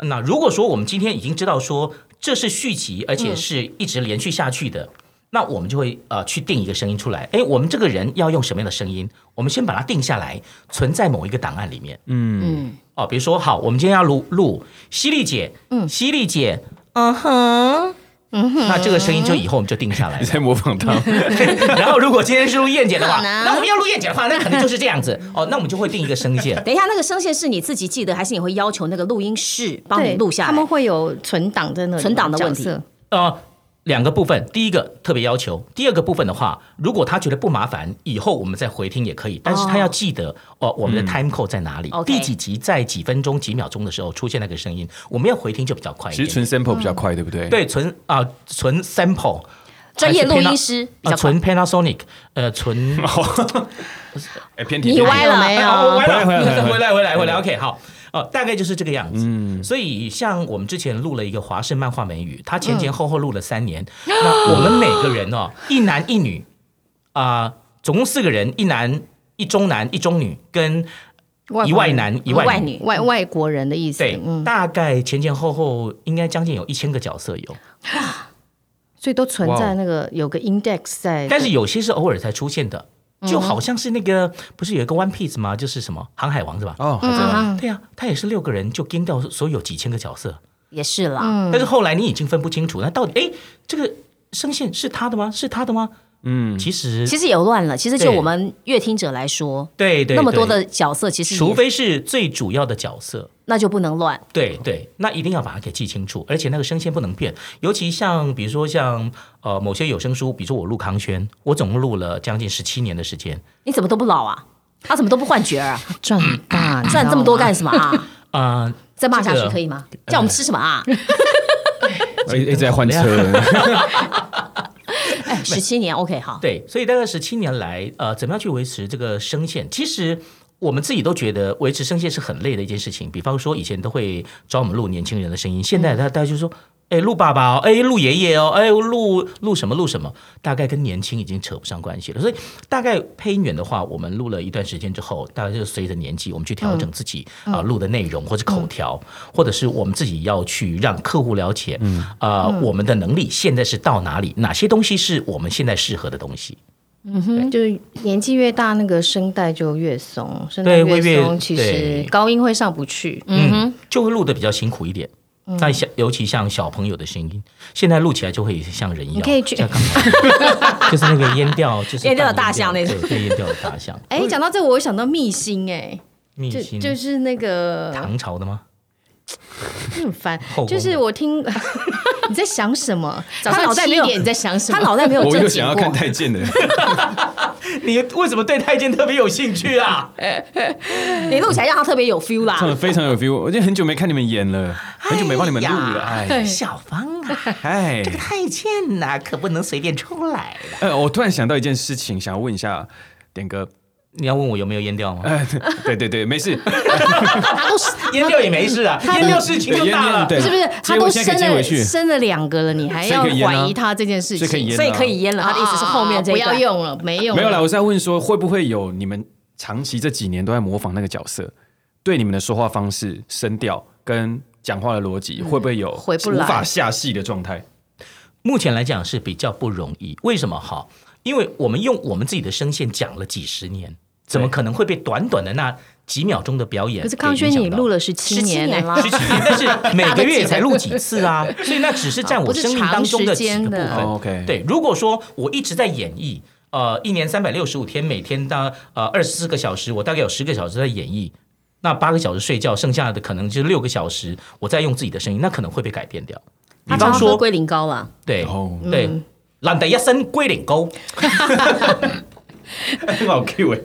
[SPEAKER 5] 那如果说我们今天已经知道说这是续集，而
[SPEAKER 1] 嗯
[SPEAKER 5] 且是一直连续下去的。那我们就会呃去定一个声音出来，哎，我们这个人要用什么样的声音？我们先把它定下来，存在某一个档案里面。
[SPEAKER 1] 嗯，
[SPEAKER 5] 哦，比如说，好，我们今天要录录犀利姐，嗯，犀利姐，嗯哼，嗯哼，那这个声音就以后我们就定下来
[SPEAKER 2] 你。在模仿他，
[SPEAKER 5] 然后，如果今天是录燕姐的话，那我们要录燕姐的话，那可能就是这样子哦，那我们就会定一个声线。
[SPEAKER 1] 等一下，那个声线是你自己记得，还是你会要求那个录音室帮你
[SPEAKER 4] 对，
[SPEAKER 1] 录下来？
[SPEAKER 4] 他们会有存档在那里，
[SPEAKER 1] 存档的问题
[SPEAKER 4] 角色
[SPEAKER 5] 呃，两个部分，第一个特别要求，第二个部分的话，如果他觉得不麻烦，以后我们再回听也可以，但是他要记得哦、我
[SPEAKER 2] 嗯
[SPEAKER 5] 们的 time code 在哪里，
[SPEAKER 1] OK
[SPEAKER 5] 第几集在几分钟几秒钟的时候出现那个声音，我们要回听就比较快一
[SPEAKER 2] 其
[SPEAKER 5] 点
[SPEAKER 2] 实。纯 sample 比较快，对不对？，
[SPEAKER 5] 对，存啊、存 sample。
[SPEAKER 1] 专业录
[SPEAKER 5] 还
[SPEAKER 1] 音
[SPEAKER 5] 是 Pana-
[SPEAKER 1] 师比较
[SPEAKER 5] 啊，
[SPEAKER 1] 快。
[SPEAKER 5] 纯 Panasonic，呃，纯
[SPEAKER 2] 哎，偏题，
[SPEAKER 1] 你
[SPEAKER 2] 偏题
[SPEAKER 1] 歪了
[SPEAKER 4] 没有
[SPEAKER 5] 哦回来
[SPEAKER 2] 回来回来
[SPEAKER 5] 回来回来回来，OK，好。哦，大概就是这个样子。嗯，所以像我们之前录了一个华氏漫画美语，他前前后后录了三年。那我们每个人哦，一男一女啊、总共四个人，一男一中男一中女，跟一外男一
[SPEAKER 1] 外
[SPEAKER 5] 外
[SPEAKER 1] 女
[SPEAKER 5] 女。
[SPEAKER 4] 外外国人的意思，
[SPEAKER 5] 对，
[SPEAKER 4] 嗯，
[SPEAKER 5] 大概前前后后应该将近有一千个角色有，
[SPEAKER 4] 所以都存
[SPEAKER 2] 哇
[SPEAKER 4] 在
[SPEAKER 2] 哦
[SPEAKER 4] 那个有个 index 在，
[SPEAKER 5] 但是有些是偶尔才出现的，就好像是那个不是有一个 One Piece 吗？就是什么航海王是吧？
[SPEAKER 2] 哦，还在
[SPEAKER 1] 嗯
[SPEAKER 2] 玩，
[SPEAKER 5] 啊对呀、他也是六个人就跟掉所有几千个角色，
[SPEAKER 1] 也是啦，
[SPEAKER 5] 但是后来你已经分不清楚，那到底哎，这个声线是他的吗？是他的吗？嗯，其实
[SPEAKER 1] 其实也乱了。其实就
[SPEAKER 5] 对
[SPEAKER 1] 我们乐听者来说，
[SPEAKER 5] 对对
[SPEAKER 1] 那么多，
[SPEAKER 5] 对
[SPEAKER 1] 的角色，其实也
[SPEAKER 5] 除非是最主要的角色，
[SPEAKER 1] 那就不能乱。
[SPEAKER 5] 对对，那一定要把它给记清楚，而且那个声线不能变。尤其像比如说像呃某些有声书，比如说我录康轩，我总共录了将近十七年的时间，
[SPEAKER 1] 你怎么都不老啊？他怎么都不换角儿啊？
[SPEAKER 4] 赚很大，
[SPEAKER 1] 赚这么多干
[SPEAKER 4] 干
[SPEAKER 1] 什么啊？
[SPEAKER 5] 啊、
[SPEAKER 1] 再骂下
[SPEAKER 5] 这
[SPEAKER 1] 去
[SPEAKER 5] 个
[SPEAKER 1] 可以吗？叫我们
[SPEAKER 2] 嗯
[SPEAKER 1] 吃什么啊？
[SPEAKER 2] 一一直在换车，
[SPEAKER 1] 哎十七年，OK，好，
[SPEAKER 5] 对，所以大概十七年来，呃，怎么样去维持这个声线？其实我们自己都觉得维持声线是很累的一件事情。比方说，以前都会找我们录年轻人的声音，现在大大家就说。哎，录爸爸哦，哎，录爷爷哦，哎，录录什么录什么，大概跟年轻已经扯不上关系了。所以大概配音员的话，我们录了一段时间之后，大概就是随着年纪，我们去调整自己啊、录的内容或者口条，或者是我们自己要去让客户了解，嗯、呃，我们的能力现在是到哪里，哪些东西是我们现在适合的东西。
[SPEAKER 4] 就是年纪越大，那个声带就越松，声带
[SPEAKER 5] 对会
[SPEAKER 4] 越
[SPEAKER 5] 越
[SPEAKER 4] 松，其实
[SPEAKER 5] 对
[SPEAKER 4] 高音会上不去。嗯，
[SPEAKER 5] 嗯，就会录的比较辛苦一点。但像尤其像小朋友的声音，现在录起来就会像人一
[SPEAKER 4] 你
[SPEAKER 5] 样，
[SPEAKER 4] 可以去
[SPEAKER 5] 像刚才就是那个烟调，就是
[SPEAKER 1] 烟调的
[SPEAKER 5] 半
[SPEAKER 1] 大象那种
[SPEAKER 5] 对，对烟调的大象，
[SPEAKER 4] 哎，讲到这个，我想到密星，哎，
[SPEAKER 5] 密
[SPEAKER 4] 就
[SPEAKER 5] 星
[SPEAKER 4] 就是那个
[SPEAKER 5] 唐朝的吗？
[SPEAKER 4] 很烦
[SPEAKER 5] 后宫，的
[SPEAKER 4] 就是我听 你在想什么？
[SPEAKER 1] 早上
[SPEAKER 4] 他
[SPEAKER 1] 脑袋没有
[SPEAKER 4] 七点你在想什么？
[SPEAKER 1] 他脑袋没有
[SPEAKER 2] 我
[SPEAKER 1] 正
[SPEAKER 2] 又
[SPEAKER 1] 经
[SPEAKER 2] 想要
[SPEAKER 1] 过
[SPEAKER 2] 看。太监的，
[SPEAKER 5] 你为什么对太监特别有兴趣啊？
[SPEAKER 1] 你录起来让他特别有 feel 啦
[SPEAKER 2] 唱。的非常有 feel。我已经很久没看你们演了，很久没帮你们录了，哎
[SPEAKER 5] 小芳 啊，
[SPEAKER 2] 哎
[SPEAKER 5] 这。个太监呐、可不能随便出来的。
[SPEAKER 2] 呃，我突然想到一件事情，想要问一下点哥。
[SPEAKER 5] 你要问我有没有烟调吗？
[SPEAKER 2] 哎，对对对，没事。
[SPEAKER 5] 烟调也没事啊，烟调事情就大了。
[SPEAKER 2] 对
[SPEAKER 4] 不是不是，他都
[SPEAKER 2] 现在
[SPEAKER 4] 生
[SPEAKER 2] 可以接
[SPEAKER 4] 了
[SPEAKER 2] 回去，
[SPEAKER 4] 生了两个了，你还要
[SPEAKER 2] 所以可以淹啊
[SPEAKER 4] 怀疑他这件事
[SPEAKER 2] 所以可以
[SPEAKER 4] 情？
[SPEAKER 2] 淹
[SPEAKER 1] 所以可以淹了，他的意思是后面这一
[SPEAKER 4] 不要
[SPEAKER 1] 段。
[SPEAKER 4] 用了，没用，
[SPEAKER 2] 没有啦，。我是在问说，会不会有你们长期这几年都在模仿那个角色，对你们的说话方式、声调跟讲话的逻辑，会不会有
[SPEAKER 4] 嗯回不
[SPEAKER 2] 无
[SPEAKER 4] 来
[SPEAKER 2] 法下戏的状态？
[SPEAKER 5] 目前来讲是比较不容易。为什么哈？因为我们用我们自己的声线讲了几十年，怎么可能会被短短的那几秒钟的表演？
[SPEAKER 4] 可是康轩，你录。了十七
[SPEAKER 1] 十七年
[SPEAKER 4] 年
[SPEAKER 1] 了
[SPEAKER 4] 了，，
[SPEAKER 5] 十七年，但是每个月也才录几次啊， 所以那只是占我生命当中的几个部
[SPEAKER 4] 不是长时间的。
[SPEAKER 5] 分
[SPEAKER 2] 哦，OK
[SPEAKER 5] 对，如果说我一直在演绎，呃，一年三百六十五天，每天当呃二十四个小时，我大概有十个小时在演绎，那八个小时睡觉，剩下的可能就是六个小时，我在用自己的声音，那可能会被改变掉。比
[SPEAKER 1] 他
[SPEAKER 5] 方
[SPEAKER 1] 常喝
[SPEAKER 5] 说，
[SPEAKER 1] 龟苓膏啦，
[SPEAKER 5] 对
[SPEAKER 2] 哦
[SPEAKER 5] 对，
[SPEAKER 4] 嗯
[SPEAKER 5] 懒得一身龟苓膏。
[SPEAKER 2] 好 Q 哎，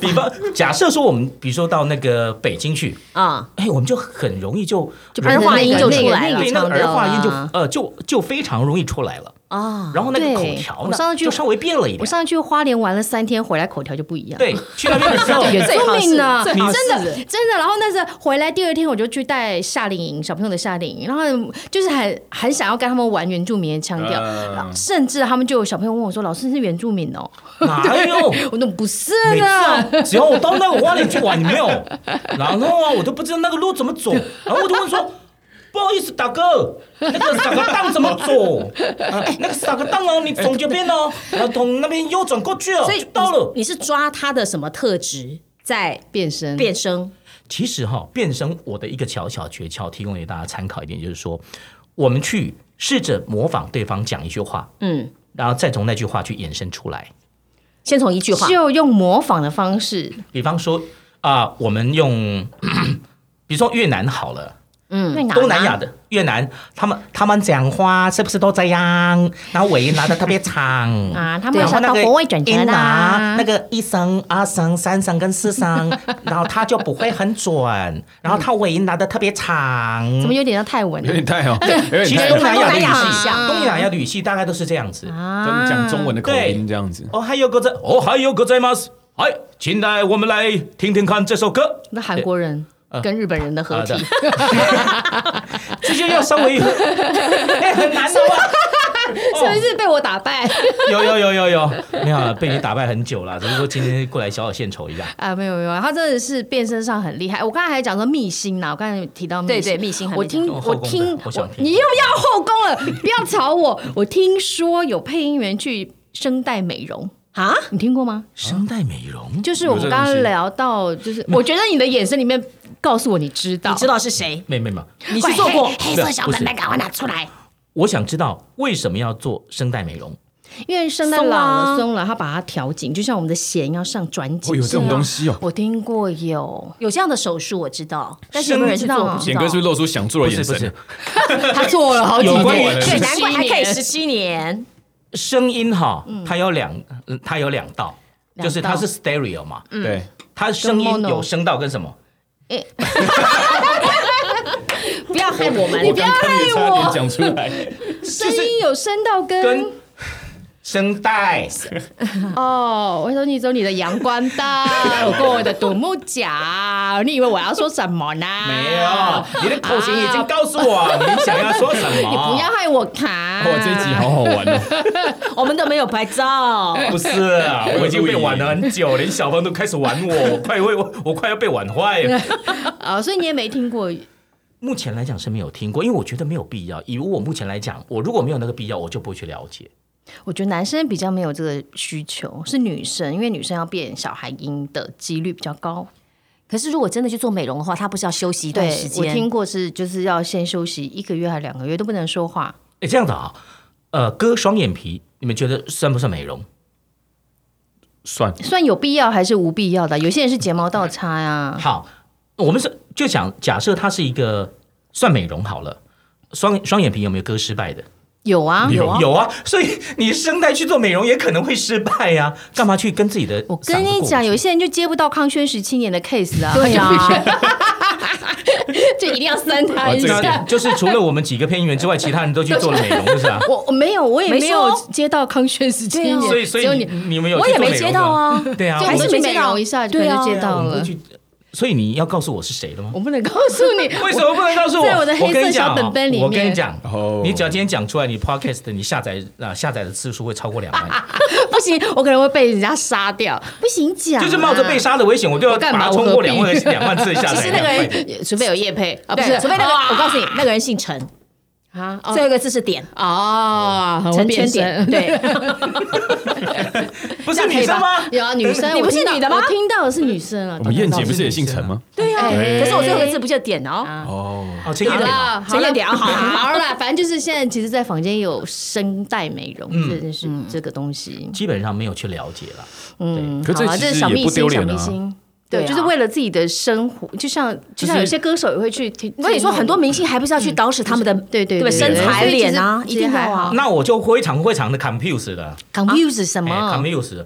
[SPEAKER 5] 比方假设说我们，比如说到那个北京去，
[SPEAKER 1] 啊，
[SPEAKER 5] 哎，我们就很容易就就
[SPEAKER 1] 变成那个那个
[SPEAKER 5] 对，那个
[SPEAKER 4] 腔调
[SPEAKER 5] 儿化音就
[SPEAKER 4] 啊
[SPEAKER 5] 呃就就非常容易出来了。
[SPEAKER 1] 啊，
[SPEAKER 5] 然后那个口
[SPEAKER 4] 对
[SPEAKER 5] 条
[SPEAKER 4] 我
[SPEAKER 5] 呢，
[SPEAKER 4] 上次去
[SPEAKER 5] 就稍微变了一
[SPEAKER 4] 我
[SPEAKER 5] 点。
[SPEAKER 4] 上次去花莲玩了三天，回来口条就不一样。
[SPEAKER 5] 对，去那边的 时候，
[SPEAKER 4] 有
[SPEAKER 1] 最好是
[SPEAKER 4] 聪明呢，
[SPEAKER 1] 最好是
[SPEAKER 4] 真的真的。然后那是回来第二天，我就去带夏令营，小朋友的夏令营，然后就是很很想要跟他们玩原住民的腔调，
[SPEAKER 2] 嗯
[SPEAKER 4] 然后甚至他们就有小朋友问我说：“老师你是原住民哦
[SPEAKER 5] 哪？” 有？
[SPEAKER 4] 我那不是
[SPEAKER 5] 每次啊
[SPEAKER 4] 呢，，
[SPEAKER 5] 只要我到那个花莲去玩，你没有，然后啊，我都不知道那个路怎么走，然后我就问说。不好意思，大哥，那个三个档怎么走？哎那个三个档哦，你从这边哦，然后从那边右转过去哦，
[SPEAKER 1] 所以
[SPEAKER 5] 就到了。
[SPEAKER 1] 你是抓他的什么特质在
[SPEAKER 4] 变身
[SPEAKER 1] 变声？
[SPEAKER 5] 其实哈、变声我的一个小小诀窍，提供给大家参考一点，就是说，我们去试着模仿对方讲一句话，
[SPEAKER 1] 嗯，
[SPEAKER 5] 然后再从那句话去衍生出来。
[SPEAKER 1] 先从一句话，
[SPEAKER 4] 就用模仿的方式，
[SPEAKER 5] 比方说啊、我们用， 比如说越南好了，
[SPEAKER 4] 嗯
[SPEAKER 5] 东南亚的越南，他们他们讲话是不是都这样？然后尾音拿的特别长
[SPEAKER 4] 啊，他
[SPEAKER 5] 对
[SPEAKER 4] 们
[SPEAKER 5] 然后
[SPEAKER 4] 想
[SPEAKER 5] 那
[SPEAKER 4] 到
[SPEAKER 5] 个
[SPEAKER 4] 国外转折
[SPEAKER 5] 音
[SPEAKER 4] 的
[SPEAKER 5] 啊
[SPEAKER 4] 啊，
[SPEAKER 5] 那个一声、二声、三声跟四声，然后他就不会很准，然后他尾音拿的特别长。
[SPEAKER 4] 怎么有点像泰文啊
[SPEAKER 2] 有点 太好，有点
[SPEAKER 5] 其实
[SPEAKER 2] 太
[SPEAKER 5] 东
[SPEAKER 2] 好，
[SPEAKER 5] 南
[SPEAKER 1] 东
[SPEAKER 5] 亚的
[SPEAKER 1] 南
[SPEAKER 5] 语
[SPEAKER 1] 亚
[SPEAKER 5] 系
[SPEAKER 1] 很像
[SPEAKER 5] 东南亚的语系大概都是这样子。
[SPEAKER 2] 讲讲中文的口音
[SPEAKER 5] 对
[SPEAKER 2] 这样子。
[SPEAKER 5] 哦，还有个在，哦，还有个在吗？哎，亲爱，我们来听听看这首歌。
[SPEAKER 4] 那韩国人
[SPEAKER 5] 呃
[SPEAKER 4] 跟日本人的合体
[SPEAKER 5] 啊， 这就要稍微有、哎很难的哇。 哦
[SPEAKER 4] 是不是被我打败
[SPEAKER 5] 有有有有有，没有啊被你打败很久了，只是说今天过来小小献丑一下。
[SPEAKER 4] 啊？没有没有，他真的是变身上很厉害。我刚才还讲说密星呐，我刚才有提到密
[SPEAKER 1] 对
[SPEAKER 4] 星，
[SPEAKER 1] 对，密星还没
[SPEAKER 4] 我
[SPEAKER 1] 讲
[SPEAKER 4] 听
[SPEAKER 5] 讲
[SPEAKER 4] 我听
[SPEAKER 5] 后宫的我想听
[SPEAKER 4] 你又要后宫了，不要吵我。我听说有配音员去声带美容，
[SPEAKER 1] 啊，
[SPEAKER 4] 你听过吗？
[SPEAKER 5] 声带美容，
[SPEAKER 4] 就是我们刚刚聊到，就是我觉得你的眼神里面告诉我你知道，
[SPEAKER 1] 你知道是谁？
[SPEAKER 5] 妹妹嘛，
[SPEAKER 1] 你去做过？
[SPEAKER 5] 黑色小本本
[SPEAKER 1] 赶快拿出来！
[SPEAKER 5] 我想知道为什么要做声带美容？
[SPEAKER 4] 因为声带
[SPEAKER 1] 松
[SPEAKER 4] 老了
[SPEAKER 1] 啊
[SPEAKER 4] 松了，它把它调紧，就像我们的弦要上转紧。啊
[SPEAKER 2] 哦，有这种东西哦。
[SPEAKER 4] 我听过有，
[SPEAKER 1] 有这样的手术我知道，但是有没有人去做我不知
[SPEAKER 2] 点哥
[SPEAKER 1] 道
[SPEAKER 2] 是不。是露出想做
[SPEAKER 5] 不
[SPEAKER 2] 的
[SPEAKER 5] 是
[SPEAKER 2] 眼
[SPEAKER 5] 不
[SPEAKER 2] 神
[SPEAKER 5] 是，，
[SPEAKER 4] 他做了好
[SPEAKER 5] 几有关于年
[SPEAKER 1] 对，
[SPEAKER 5] 17
[SPEAKER 1] 难怪还可以十七年。
[SPEAKER 5] 声音哈，它有两，嗯它有两道，
[SPEAKER 4] 两道
[SPEAKER 5] 就是它是 stereo 嘛，
[SPEAKER 2] 对，
[SPEAKER 5] 它声
[SPEAKER 4] 跟
[SPEAKER 5] 音
[SPEAKER 4] mono
[SPEAKER 5] 有声道跟什么？
[SPEAKER 4] 不要
[SPEAKER 1] 害我们
[SPEAKER 4] 啊你不要
[SPEAKER 2] 刚刚也差
[SPEAKER 4] 害
[SPEAKER 2] 点
[SPEAKER 4] 我
[SPEAKER 2] 讲出来，
[SPEAKER 4] 声音有声到
[SPEAKER 5] 跟
[SPEAKER 4] 跟
[SPEAKER 5] 声带，
[SPEAKER 4] 哦，我说你走你的阳光灯，我过我的独木角，你以为我要说什么呢？
[SPEAKER 5] 没有，哎你的口型已经告诉我你想要说什么。
[SPEAKER 4] 你不要害我卡。
[SPEAKER 2] 哇，哦这一 集好好玩哦！
[SPEAKER 1] 我们都没有拍照。
[SPEAKER 5] 不是啊，我已经被玩了很久了，连小芳都开始玩我，我快会我我快要被玩 坏了。
[SPEAKER 4] 啊、所以你也没听过
[SPEAKER 5] 目前来讲是没有听过，因为我觉得没有必要。以我目前来讲，我如果没有那个必要，我就不会去了解。
[SPEAKER 4] 我觉得男生比较没有这个需求，是女生，因为女生要变小孩音的几率比较高。
[SPEAKER 1] 可是如果真的去做美容的话，他不是要休息一段时
[SPEAKER 4] 我
[SPEAKER 1] 间？
[SPEAKER 4] 听过是就是要先休息一个月还两个月都不能说话，
[SPEAKER 5] 哎，这样子啊，呃，割双眼皮，你们觉得算不算美容？
[SPEAKER 2] 算
[SPEAKER 4] 算有必要还是无必要的？有些人是睫毛倒插呀、
[SPEAKER 5] 好，我们是就想假设它是一个算美容好了，双双眼皮有没有割失败的？
[SPEAKER 4] 有啊有啊。
[SPEAKER 5] 有啊，所以你声带去做美容也可能会失败呀、干嘛去跟自己的？
[SPEAKER 4] 我跟你讲，有些人就接不到康轩十七年的 case 啊，对
[SPEAKER 1] 啊，
[SPEAKER 4] 就一定要删他
[SPEAKER 2] 哇
[SPEAKER 4] 一
[SPEAKER 2] 这个
[SPEAKER 4] 下。
[SPEAKER 5] 就是除了我们几个配音员 之外，其他人都去做了美容，是吧？
[SPEAKER 4] 我我没有，我也
[SPEAKER 1] 没
[SPEAKER 4] 没有
[SPEAKER 1] 说
[SPEAKER 4] 接到康轩十七
[SPEAKER 1] 对啊
[SPEAKER 4] 年，
[SPEAKER 5] 所以，所
[SPEAKER 4] 只有
[SPEAKER 5] 以你
[SPEAKER 4] 你
[SPEAKER 5] 你们有
[SPEAKER 1] 我
[SPEAKER 5] 去
[SPEAKER 1] 也
[SPEAKER 5] 做美
[SPEAKER 1] 没
[SPEAKER 5] 容
[SPEAKER 1] 接到啊。
[SPEAKER 5] 是吧，对啊，
[SPEAKER 4] 就
[SPEAKER 1] 还
[SPEAKER 4] 我
[SPEAKER 1] 是
[SPEAKER 4] 们
[SPEAKER 1] 没
[SPEAKER 4] 去
[SPEAKER 1] 接
[SPEAKER 4] 美
[SPEAKER 1] 到
[SPEAKER 4] 容一下就可
[SPEAKER 1] 对啊
[SPEAKER 4] 能就接到
[SPEAKER 5] 我
[SPEAKER 4] 了
[SPEAKER 5] 们。去。所以你要告诉我是谁了吗？
[SPEAKER 4] 我不能告诉你，
[SPEAKER 5] 为什么不能告诉我？
[SPEAKER 4] 在我的黑色
[SPEAKER 5] 跟你讲啊
[SPEAKER 4] 小本本里面
[SPEAKER 5] 我跟你讲
[SPEAKER 2] 哦，
[SPEAKER 5] 你只要今天讲出来，你 podcast 你下载啊下载的次数会超过两
[SPEAKER 4] 啊
[SPEAKER 5] 万，
[SPEAKER 4] 不行，我可能会被人家杀掉，不行讲啊、
[SPEAKER 5] 就是冒着被杀的危险，我都要
[SPEAKER 4] 我
[SPEAKER 5] 把
[SPEAKER 4] 干嘛
[SPEAKER 5] 它冲过两
[SPEAKER 4] 我
[SPEAKER 5] 万
[SPEAKER 4] 何必
[SPEAKER 5] 两万次下载。
[SPEAKER 1] 其实那个人
[SPEAKER 4] 也，除非有叶配啊，不
[SPEAKER 1] 对，
[SPEAKER 4] 是，
[SPEAKER 1] 除非那个，我告诉你，那个人姓陈，
[SPEAKER 4] 啊
[SPEAKER 1] 最后一个字是点，
[SPEAKER 4] 哦，我
[SPEAKER 1] 陈
[SPEAKER 4] 变
[SPEAKER 1] 圈点。
[SPEAKER 4] 身。
[SPEAKER 1] 对，啊
[SPEAKER 5] 不是女生吗？
[SPEAKER 4] 有啊，女生，
[SPEAKER 1] 你不是
[SPEAKER 4] 我听到
[SPEAKER 1] 女的吗
[SPEAKER 4] 我听到的是女生啊
[SPEAKER 2] 我，们燕姐不是也姓陈吗？
[SPEAKER 1] 对呀。
[SPEAKER 4] 对啊
[SPEAKER 1] 可是我最后一个字不就点哦？
[SPEAKER 2] 哦，
[SPEAKER 5] 哦，陈一
[SPEAKER 4] 好
[SPEAKER 5] 点啊，
[SPEAKER 4] 了，
[SPEAKER 1] 陈彦典啊好啊
[SPEAKER 4] 好了，反正就是现在，其实，在房间有声带美容，这件事，这个东西，
[SPEAKER 5] 基本上没有去了解了。
[SPEAKER 4] 嗯，
[SPEAKER 2] 可
[SPEAKER 4] 好
[SPEAKER 2] 这
[SPEAKER 4] 啊，
[SPEAKER 2] 其
[SPEAKER 4] 这
[SPEAKER 2] 实
[SPEAKER 4] 是小
[SPEAKER 2] 也
[SPEAKER 4] 秘
[SPEAKER 2] 不丢
[SPEAKER 4] 辛，小
[SPEAKER 2] 脸
[SPEAKER 4] 秘
[SPEAKER 2] 啊
[SPEAKER 4] 辛。
[SPEAKER 1] 对
[SPEAKER 4] 对，
[SPEAKER 1] 啊
[SPEAKER 4] 就是为了自己的生活，就像就像有些歌手也会去听。
[SPEAKER 1] 我跟你说，很多明星还不是要去捯饬他们的
[SPEAKER 4] 对嗯对
[SPEAKER 1] 对
[SPEAKER 4] 对
[SPEAKER 1] 身材、
[SPEAKER 4] 对
[SPEAKER 1] 脸啊，
[SPEAKER 4] 所以
[SPEAKER 1] 一
[SPEAKER 4] 其实
[SPEAKER 1] 定
[SPEAKER 4] 其实还
[SPEAKER 1] 要
[SPEAKER 4] 好
[SPEAKER 1] 啊。
[SPEAKER 5] 那我就非常非常的 confuse 了，
[SPEAKER 1] 嗯
[SPEAKER 4] confuse 什
[SPEAKER 5] 哎
[SPEAKER 4] 么？
[SPEAKER 5] ，confuse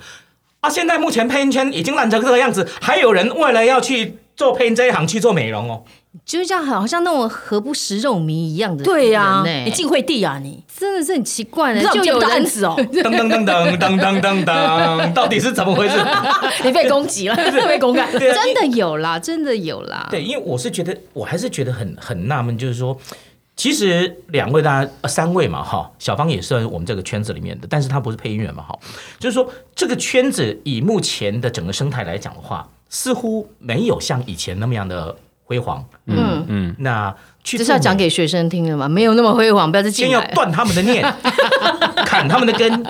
[SPEAKER 5] 啊！现在目前配音圈已经烂成这个样子，还有人为了要去做配音这一行去做美容 哦。
[SPEAKER 4] 就是像好像那种何不食肉糜一样的
[SPEAKER 1] 对呀
[SPEAKER 4] 人，欸
[SPEAKER 1] 你进会地啊你，
[SPEAKER 4] 真的是很奇怪
[SPEAKER 1] 你
[SPEAKER 4] 的，
[SPEAKER 1] 知道
[SPEAKER 4] 就
[SPEAKER 1] 我们接
[SPEAKER 4] 有
[SPEAKER 1] 不到案
[SPEAKER 4] 人
[SPEAKER 1] 子哦，
[SPEAKER 5] 噔噔噔噔噔噔噔噔，到底是怎 么回事？
[SPEAKER 1] 你被攻击了，被公干了。
[SPEAKER 5] 对啊
[SPEAKER 4] 真的有啦，真的有啦。
[SPEAKER 5] 对，因为我是觉得，我还是觉得很很纳闷，就是说，其实两位大家、呃、三位嘛哈，小芳也算我们这个圈子里面的，但是她不是配音员嘛哈，就是说这个圈子以目前的整个生态来讲的话，似乎没有像以前那么样的辉煌。
[SPEAKER 2] 嗯嗯，
[SPEAKER 5] 那去
[SPEAKER 4] 这是
[SPEAKER 5] 做
[SPEAKER 4] 要讲
[SPEAKER 5] 美
[SPEAKER 4] 给学生听的嘛？没有那么辉煌，不要再
[SPEAKER 5] 先
[SPEAKER 4] 进
[SPEAKER 5] 要
[SPEAKER 4] 来。
[SPEAKER 5] 断他们 的念，砍他们的根，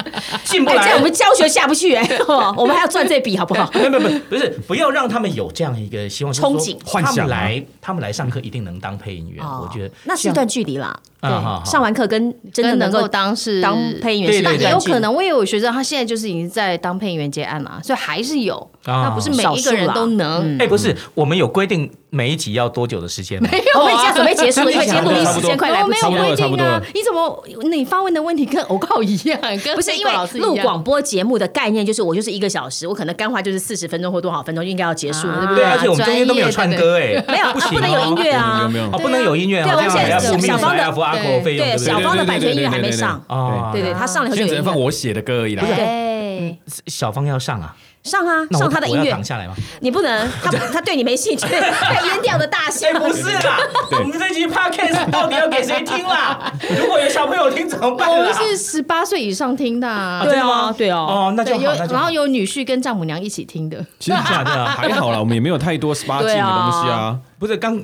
[SPEAKER 5] 进不
[SPEAKER 1] 哎，这
[SPEAKER 5] 来。
[SPEAKER 1] 样我们教学下不去哎， 哦我们还要赚这笔好不好？
[SPEAKER 5] 没有没有没有不是，不要让他们有这样一个希望，就是说
[SPEAKER 1] 憧憬
[SPEAKER 2] 幻
[SPEAKER 5] 他
[SPEAKER 2] 想
[SPEAKER 5] 们
[SPEAKER 2] 啊
[SPEAKER 5] 来，他们来上课一定能当配音员，我觉得
[SPEAKER 1] 哦那是一段距离啦。
[SPEAKER 5] 啊好好
[SPEAKER 1] 对，上完课跟真的
[SPEAKER 4] 真的
[SPEAKER 1] 能
[SPEAKER 4] 能够
[SPEAKER 1] 够
[SPEAKER 4] 当嗯是
[SPEAKER 1] 当配音员
[SPEAKER 5] 对
[SPEAKER 1] 是
[SPEAKER 5] 对
[SPEAKER 1] 一段
[SPEAKER 4] 那
[SPEAKER 1] 距
[SPEAKER 4] 也
[SPEAKER 1] 离
[SPEAKER 4] 有可能，我也有学生，他现在就是已经在当配音员接案了，所以还是有，
[SPEAKER 5] 啊
[SPEAKER 4] 那不是每一个人都
[SPEAKER 2] 啊
[SPEAKER 4] 能。
[SPEAKER 2] 嗯
[SPEAKER 1] 嗯
[SPEAKER 5] 哎、不是，我们有规定每一集要多久的时间吗？啊
[SPEAKER 4] 哦
[SPEAKER 1] 我们已经准备结束了，因为今天录音时间快来
[SPEAKER 4] 我
[SPEAKER 1] 不
[SPEAKER 4] 没
[SPEAKER 1] 及
[SPEAKER 4] 有
[SPEAKER 2] 哦差不多
[SPEAKER 4] 规
[SPEAKER 2] 了差
[SPEAKER 4] 定
[SPEAKER 2] 不多
[SPEAKER 4] 啊
[SPEAKER 2] 了！
[SPEAKER 4] 你怎么你发问的问题跟欧告一样？跟
[SPEAKER 1] 不是因
[SPEAKER 4] 那个老
[SPEAKER 1] 为
[SPEAKER 4] 师一样
[SPEAKER 1] 录广播节目的概念就是我就是一个小时，我可能干话就是四十分钟或多少分钟就应该要结束了，对不对？
[SPEAKER 5] 对啊，而且我们中间都没有串歌哎、
[SPEAKER 1] 没有，啊
[SPEAKER 5] 不行、
[SPEAKER 1] 不
[SPEAKER 5] 哦
[SPEAKER 1] 能有音乐
[SPEAKER 2] 有
[SPEAKER 1] 啊
[SPEAKER 2] 没。有
[SPEAKER 5] 哦，不能有音乐，
[SPEAKER 1] 对
[SPEAKER 5] 好
[SPEAKER 1] 我们
[SPEAKER 5] 像
[SPEAKER 1] 现在
[SPEAKER 5] 还要付
[SPEAKER 1] 小方的
[SPEAKER 5] 还要付阿口费
[SPEAKER 1] 对，
[SPEAKER 5] 用，对不
[SPEAKER 1] 小
[SPEAKER 5] 对？
[SPEAKER 1] 芳的版权音乐还没上，
[SPEAKER 5] 哦，
[SPEAKER 1] 对对，他上了以后就有
[SPEAKER 2] 啊现在只
[SPEAKER 1] 音
[SPEAKER 2] 能放
[SPEAKER 1] 乐
[SPEAKER 2] 我写的歌而已啦。
[SPEAKER 4] 对，
[SPEAKER 5] 小芳要上啊，
[SPEAKER 1] 上啊，
[SPEAKER 5] 那我
[SPEAKER 1] 上他的
[SPEAKER 5] 我
[SPEAKER 1] 音
[SPEAKER 5] 要
[SPEAKER 1] 乐
[SPEAKER 5] 躺，下来吗？
[SPEAKER 1] 你不能， 他他对你没兴趣，被淹掉的大象
[SPEAKER 5] 哎、。不是啦，
[SPEAKER 2] 对
[SPEAKER 5] 我们这集 podcast 到底要给谁听啦？如果有小朋友听怎么
[SPEAKER 4] 我
[SPEAKER 5] 办
[SPEAKER 4] 们
[SPEAKER 5] 啦？
[SPEAKER 4] 是十八岁以上听的啊，
[SPEAKER 1] 对啊，对啊，
[SPEAKER 5] 哦，那就
[SPEAKER 4] 对，有
[SPEAKER 5] 好，那就
[SPEAKER 4] 然
[SPEAKER 5] 好
[SPEAKER 4] 后。有女婿跟丈母娘一起听的，
[SPEAKER 2] 其实假的啊还好啦，我们也没有太多十八禁的东西啊，
[SPEAKER 5] 不是刚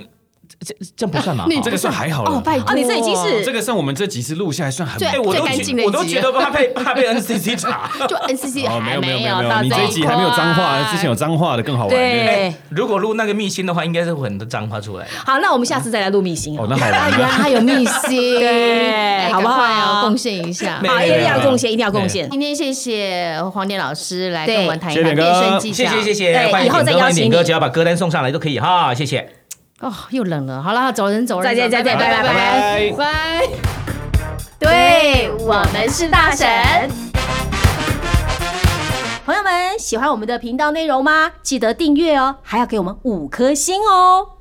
[SPEAKER 5] 这这这不算嘛？哦
[SPEAKER 4] 你
[SPEAKER 5] 哈
[SPEAKER 2] 这个算还好了。
[SPEAKER 4] 哦拜托
[SPEAKER 1] 啊，你这已经
[SPEAKER 2] 这
[SPEAKER 1] 是
[SPEAKER 2] 个算我们这几次录下来算很
[SPEAKER 4] 对
[SPEAKER 5] 哎，我
[SPEAKER 4] 最
[SPEAKER 5] 都
[SPEAKER 4] 干
[SPEAKER 5] 觉
[SPEAKER 4] 净的一
[SPEAKER 5] 我都
[SPEAKER 4] 集
[SPEAKER 5] 觉得怕被 怕被 NCC 查。
[SPEAKER 4] 就 NCC
[SPEAKER 2] 哦，没
[SPEAKER 4] 还
[SPEAKER 2] 有没有没有
[SPEAKER 4] 哎有
[SPEAKER 2] 没
[SPEAKER 4] 到
[SPEAKER 2] 有，你
[SPEAKER 4] 这
[SPEAKER 2] 这
[SPEAKER 4] 一
[SPEAKER 2] 一集还没有脏话，
[SPEAKER 4] 块
[SPEAKER 2] 之前有脏话的更好玩。
[SPEAKER 1] 对。
[SPEAKER 5] 哎如果录那个密信的话，应该是会很多脏话出来。
[SPEAKER 1] 好，那我们下次再来录密星。
[SPEAKER 2] 哦，那好 玩啊。
[SPEAKER 4] 哎还有密信，
[SPEAKER 1] 对
[SPEAKER 4] 哎
[SPEAKER 1] 好不好
[SPEAKER 4] 赶快哦贡献一下
[SPEAKER 5] 没。
[SPEAKER 1] 好，一定要贡献，一定要贡献。
[SPEAKER 4] 今天谢谢黄典老师来跟
[SPEAKER 1] 对
[SPEAKER 4] 我们谈一
[SPEAKER 2] 谢谢
[SPEAKER 4] 谈
[SPEAKER 2] 扁哥
[SPEAKER 4] 变身技
[SPEAKER 5] 谢
[SPEAKER 4] 巧，
[SPEAKER 5] 谢谢谢，
[SPEAKER 1] 对
[SPEAKER 5] 欢迎
[SPEAKER 1] 以后
[SPEAKER 5] 点
[SPEAKER 1] 再
[SPEAKER 5] 歌，
[SPEAKER 1] 邀
[SPEAKER 5] 欢迎
[SPEAKER 1] 请
[SPEAKER 5] 点歌，
[SPEAKER 1] 你
[SPEAKER 5] 只要把歌单送上来都可以哈，谢谢。
[SPEAKER 4] 哦，又冷了，好了，走人走
[SPEAKER 1] 再
[SPEAKER 4] 人，
[SPEAKER 1] 见
[SPEAKER 4] 走人
[SPEAKER 1] 再见拜拜
[SPEAKER 4] 拜
[SPEAKER 2] 拜
[SPEAKER 4] 拜
[SPEAKER 2] 拜
[SPEAKER 4] 拜。
[SPEAKER 3] 对我们是大神。
[SPEAKER 1] 朋友们，喜欢我们的频道内容吗？记得订阅哦，还要给我们五颗星哦。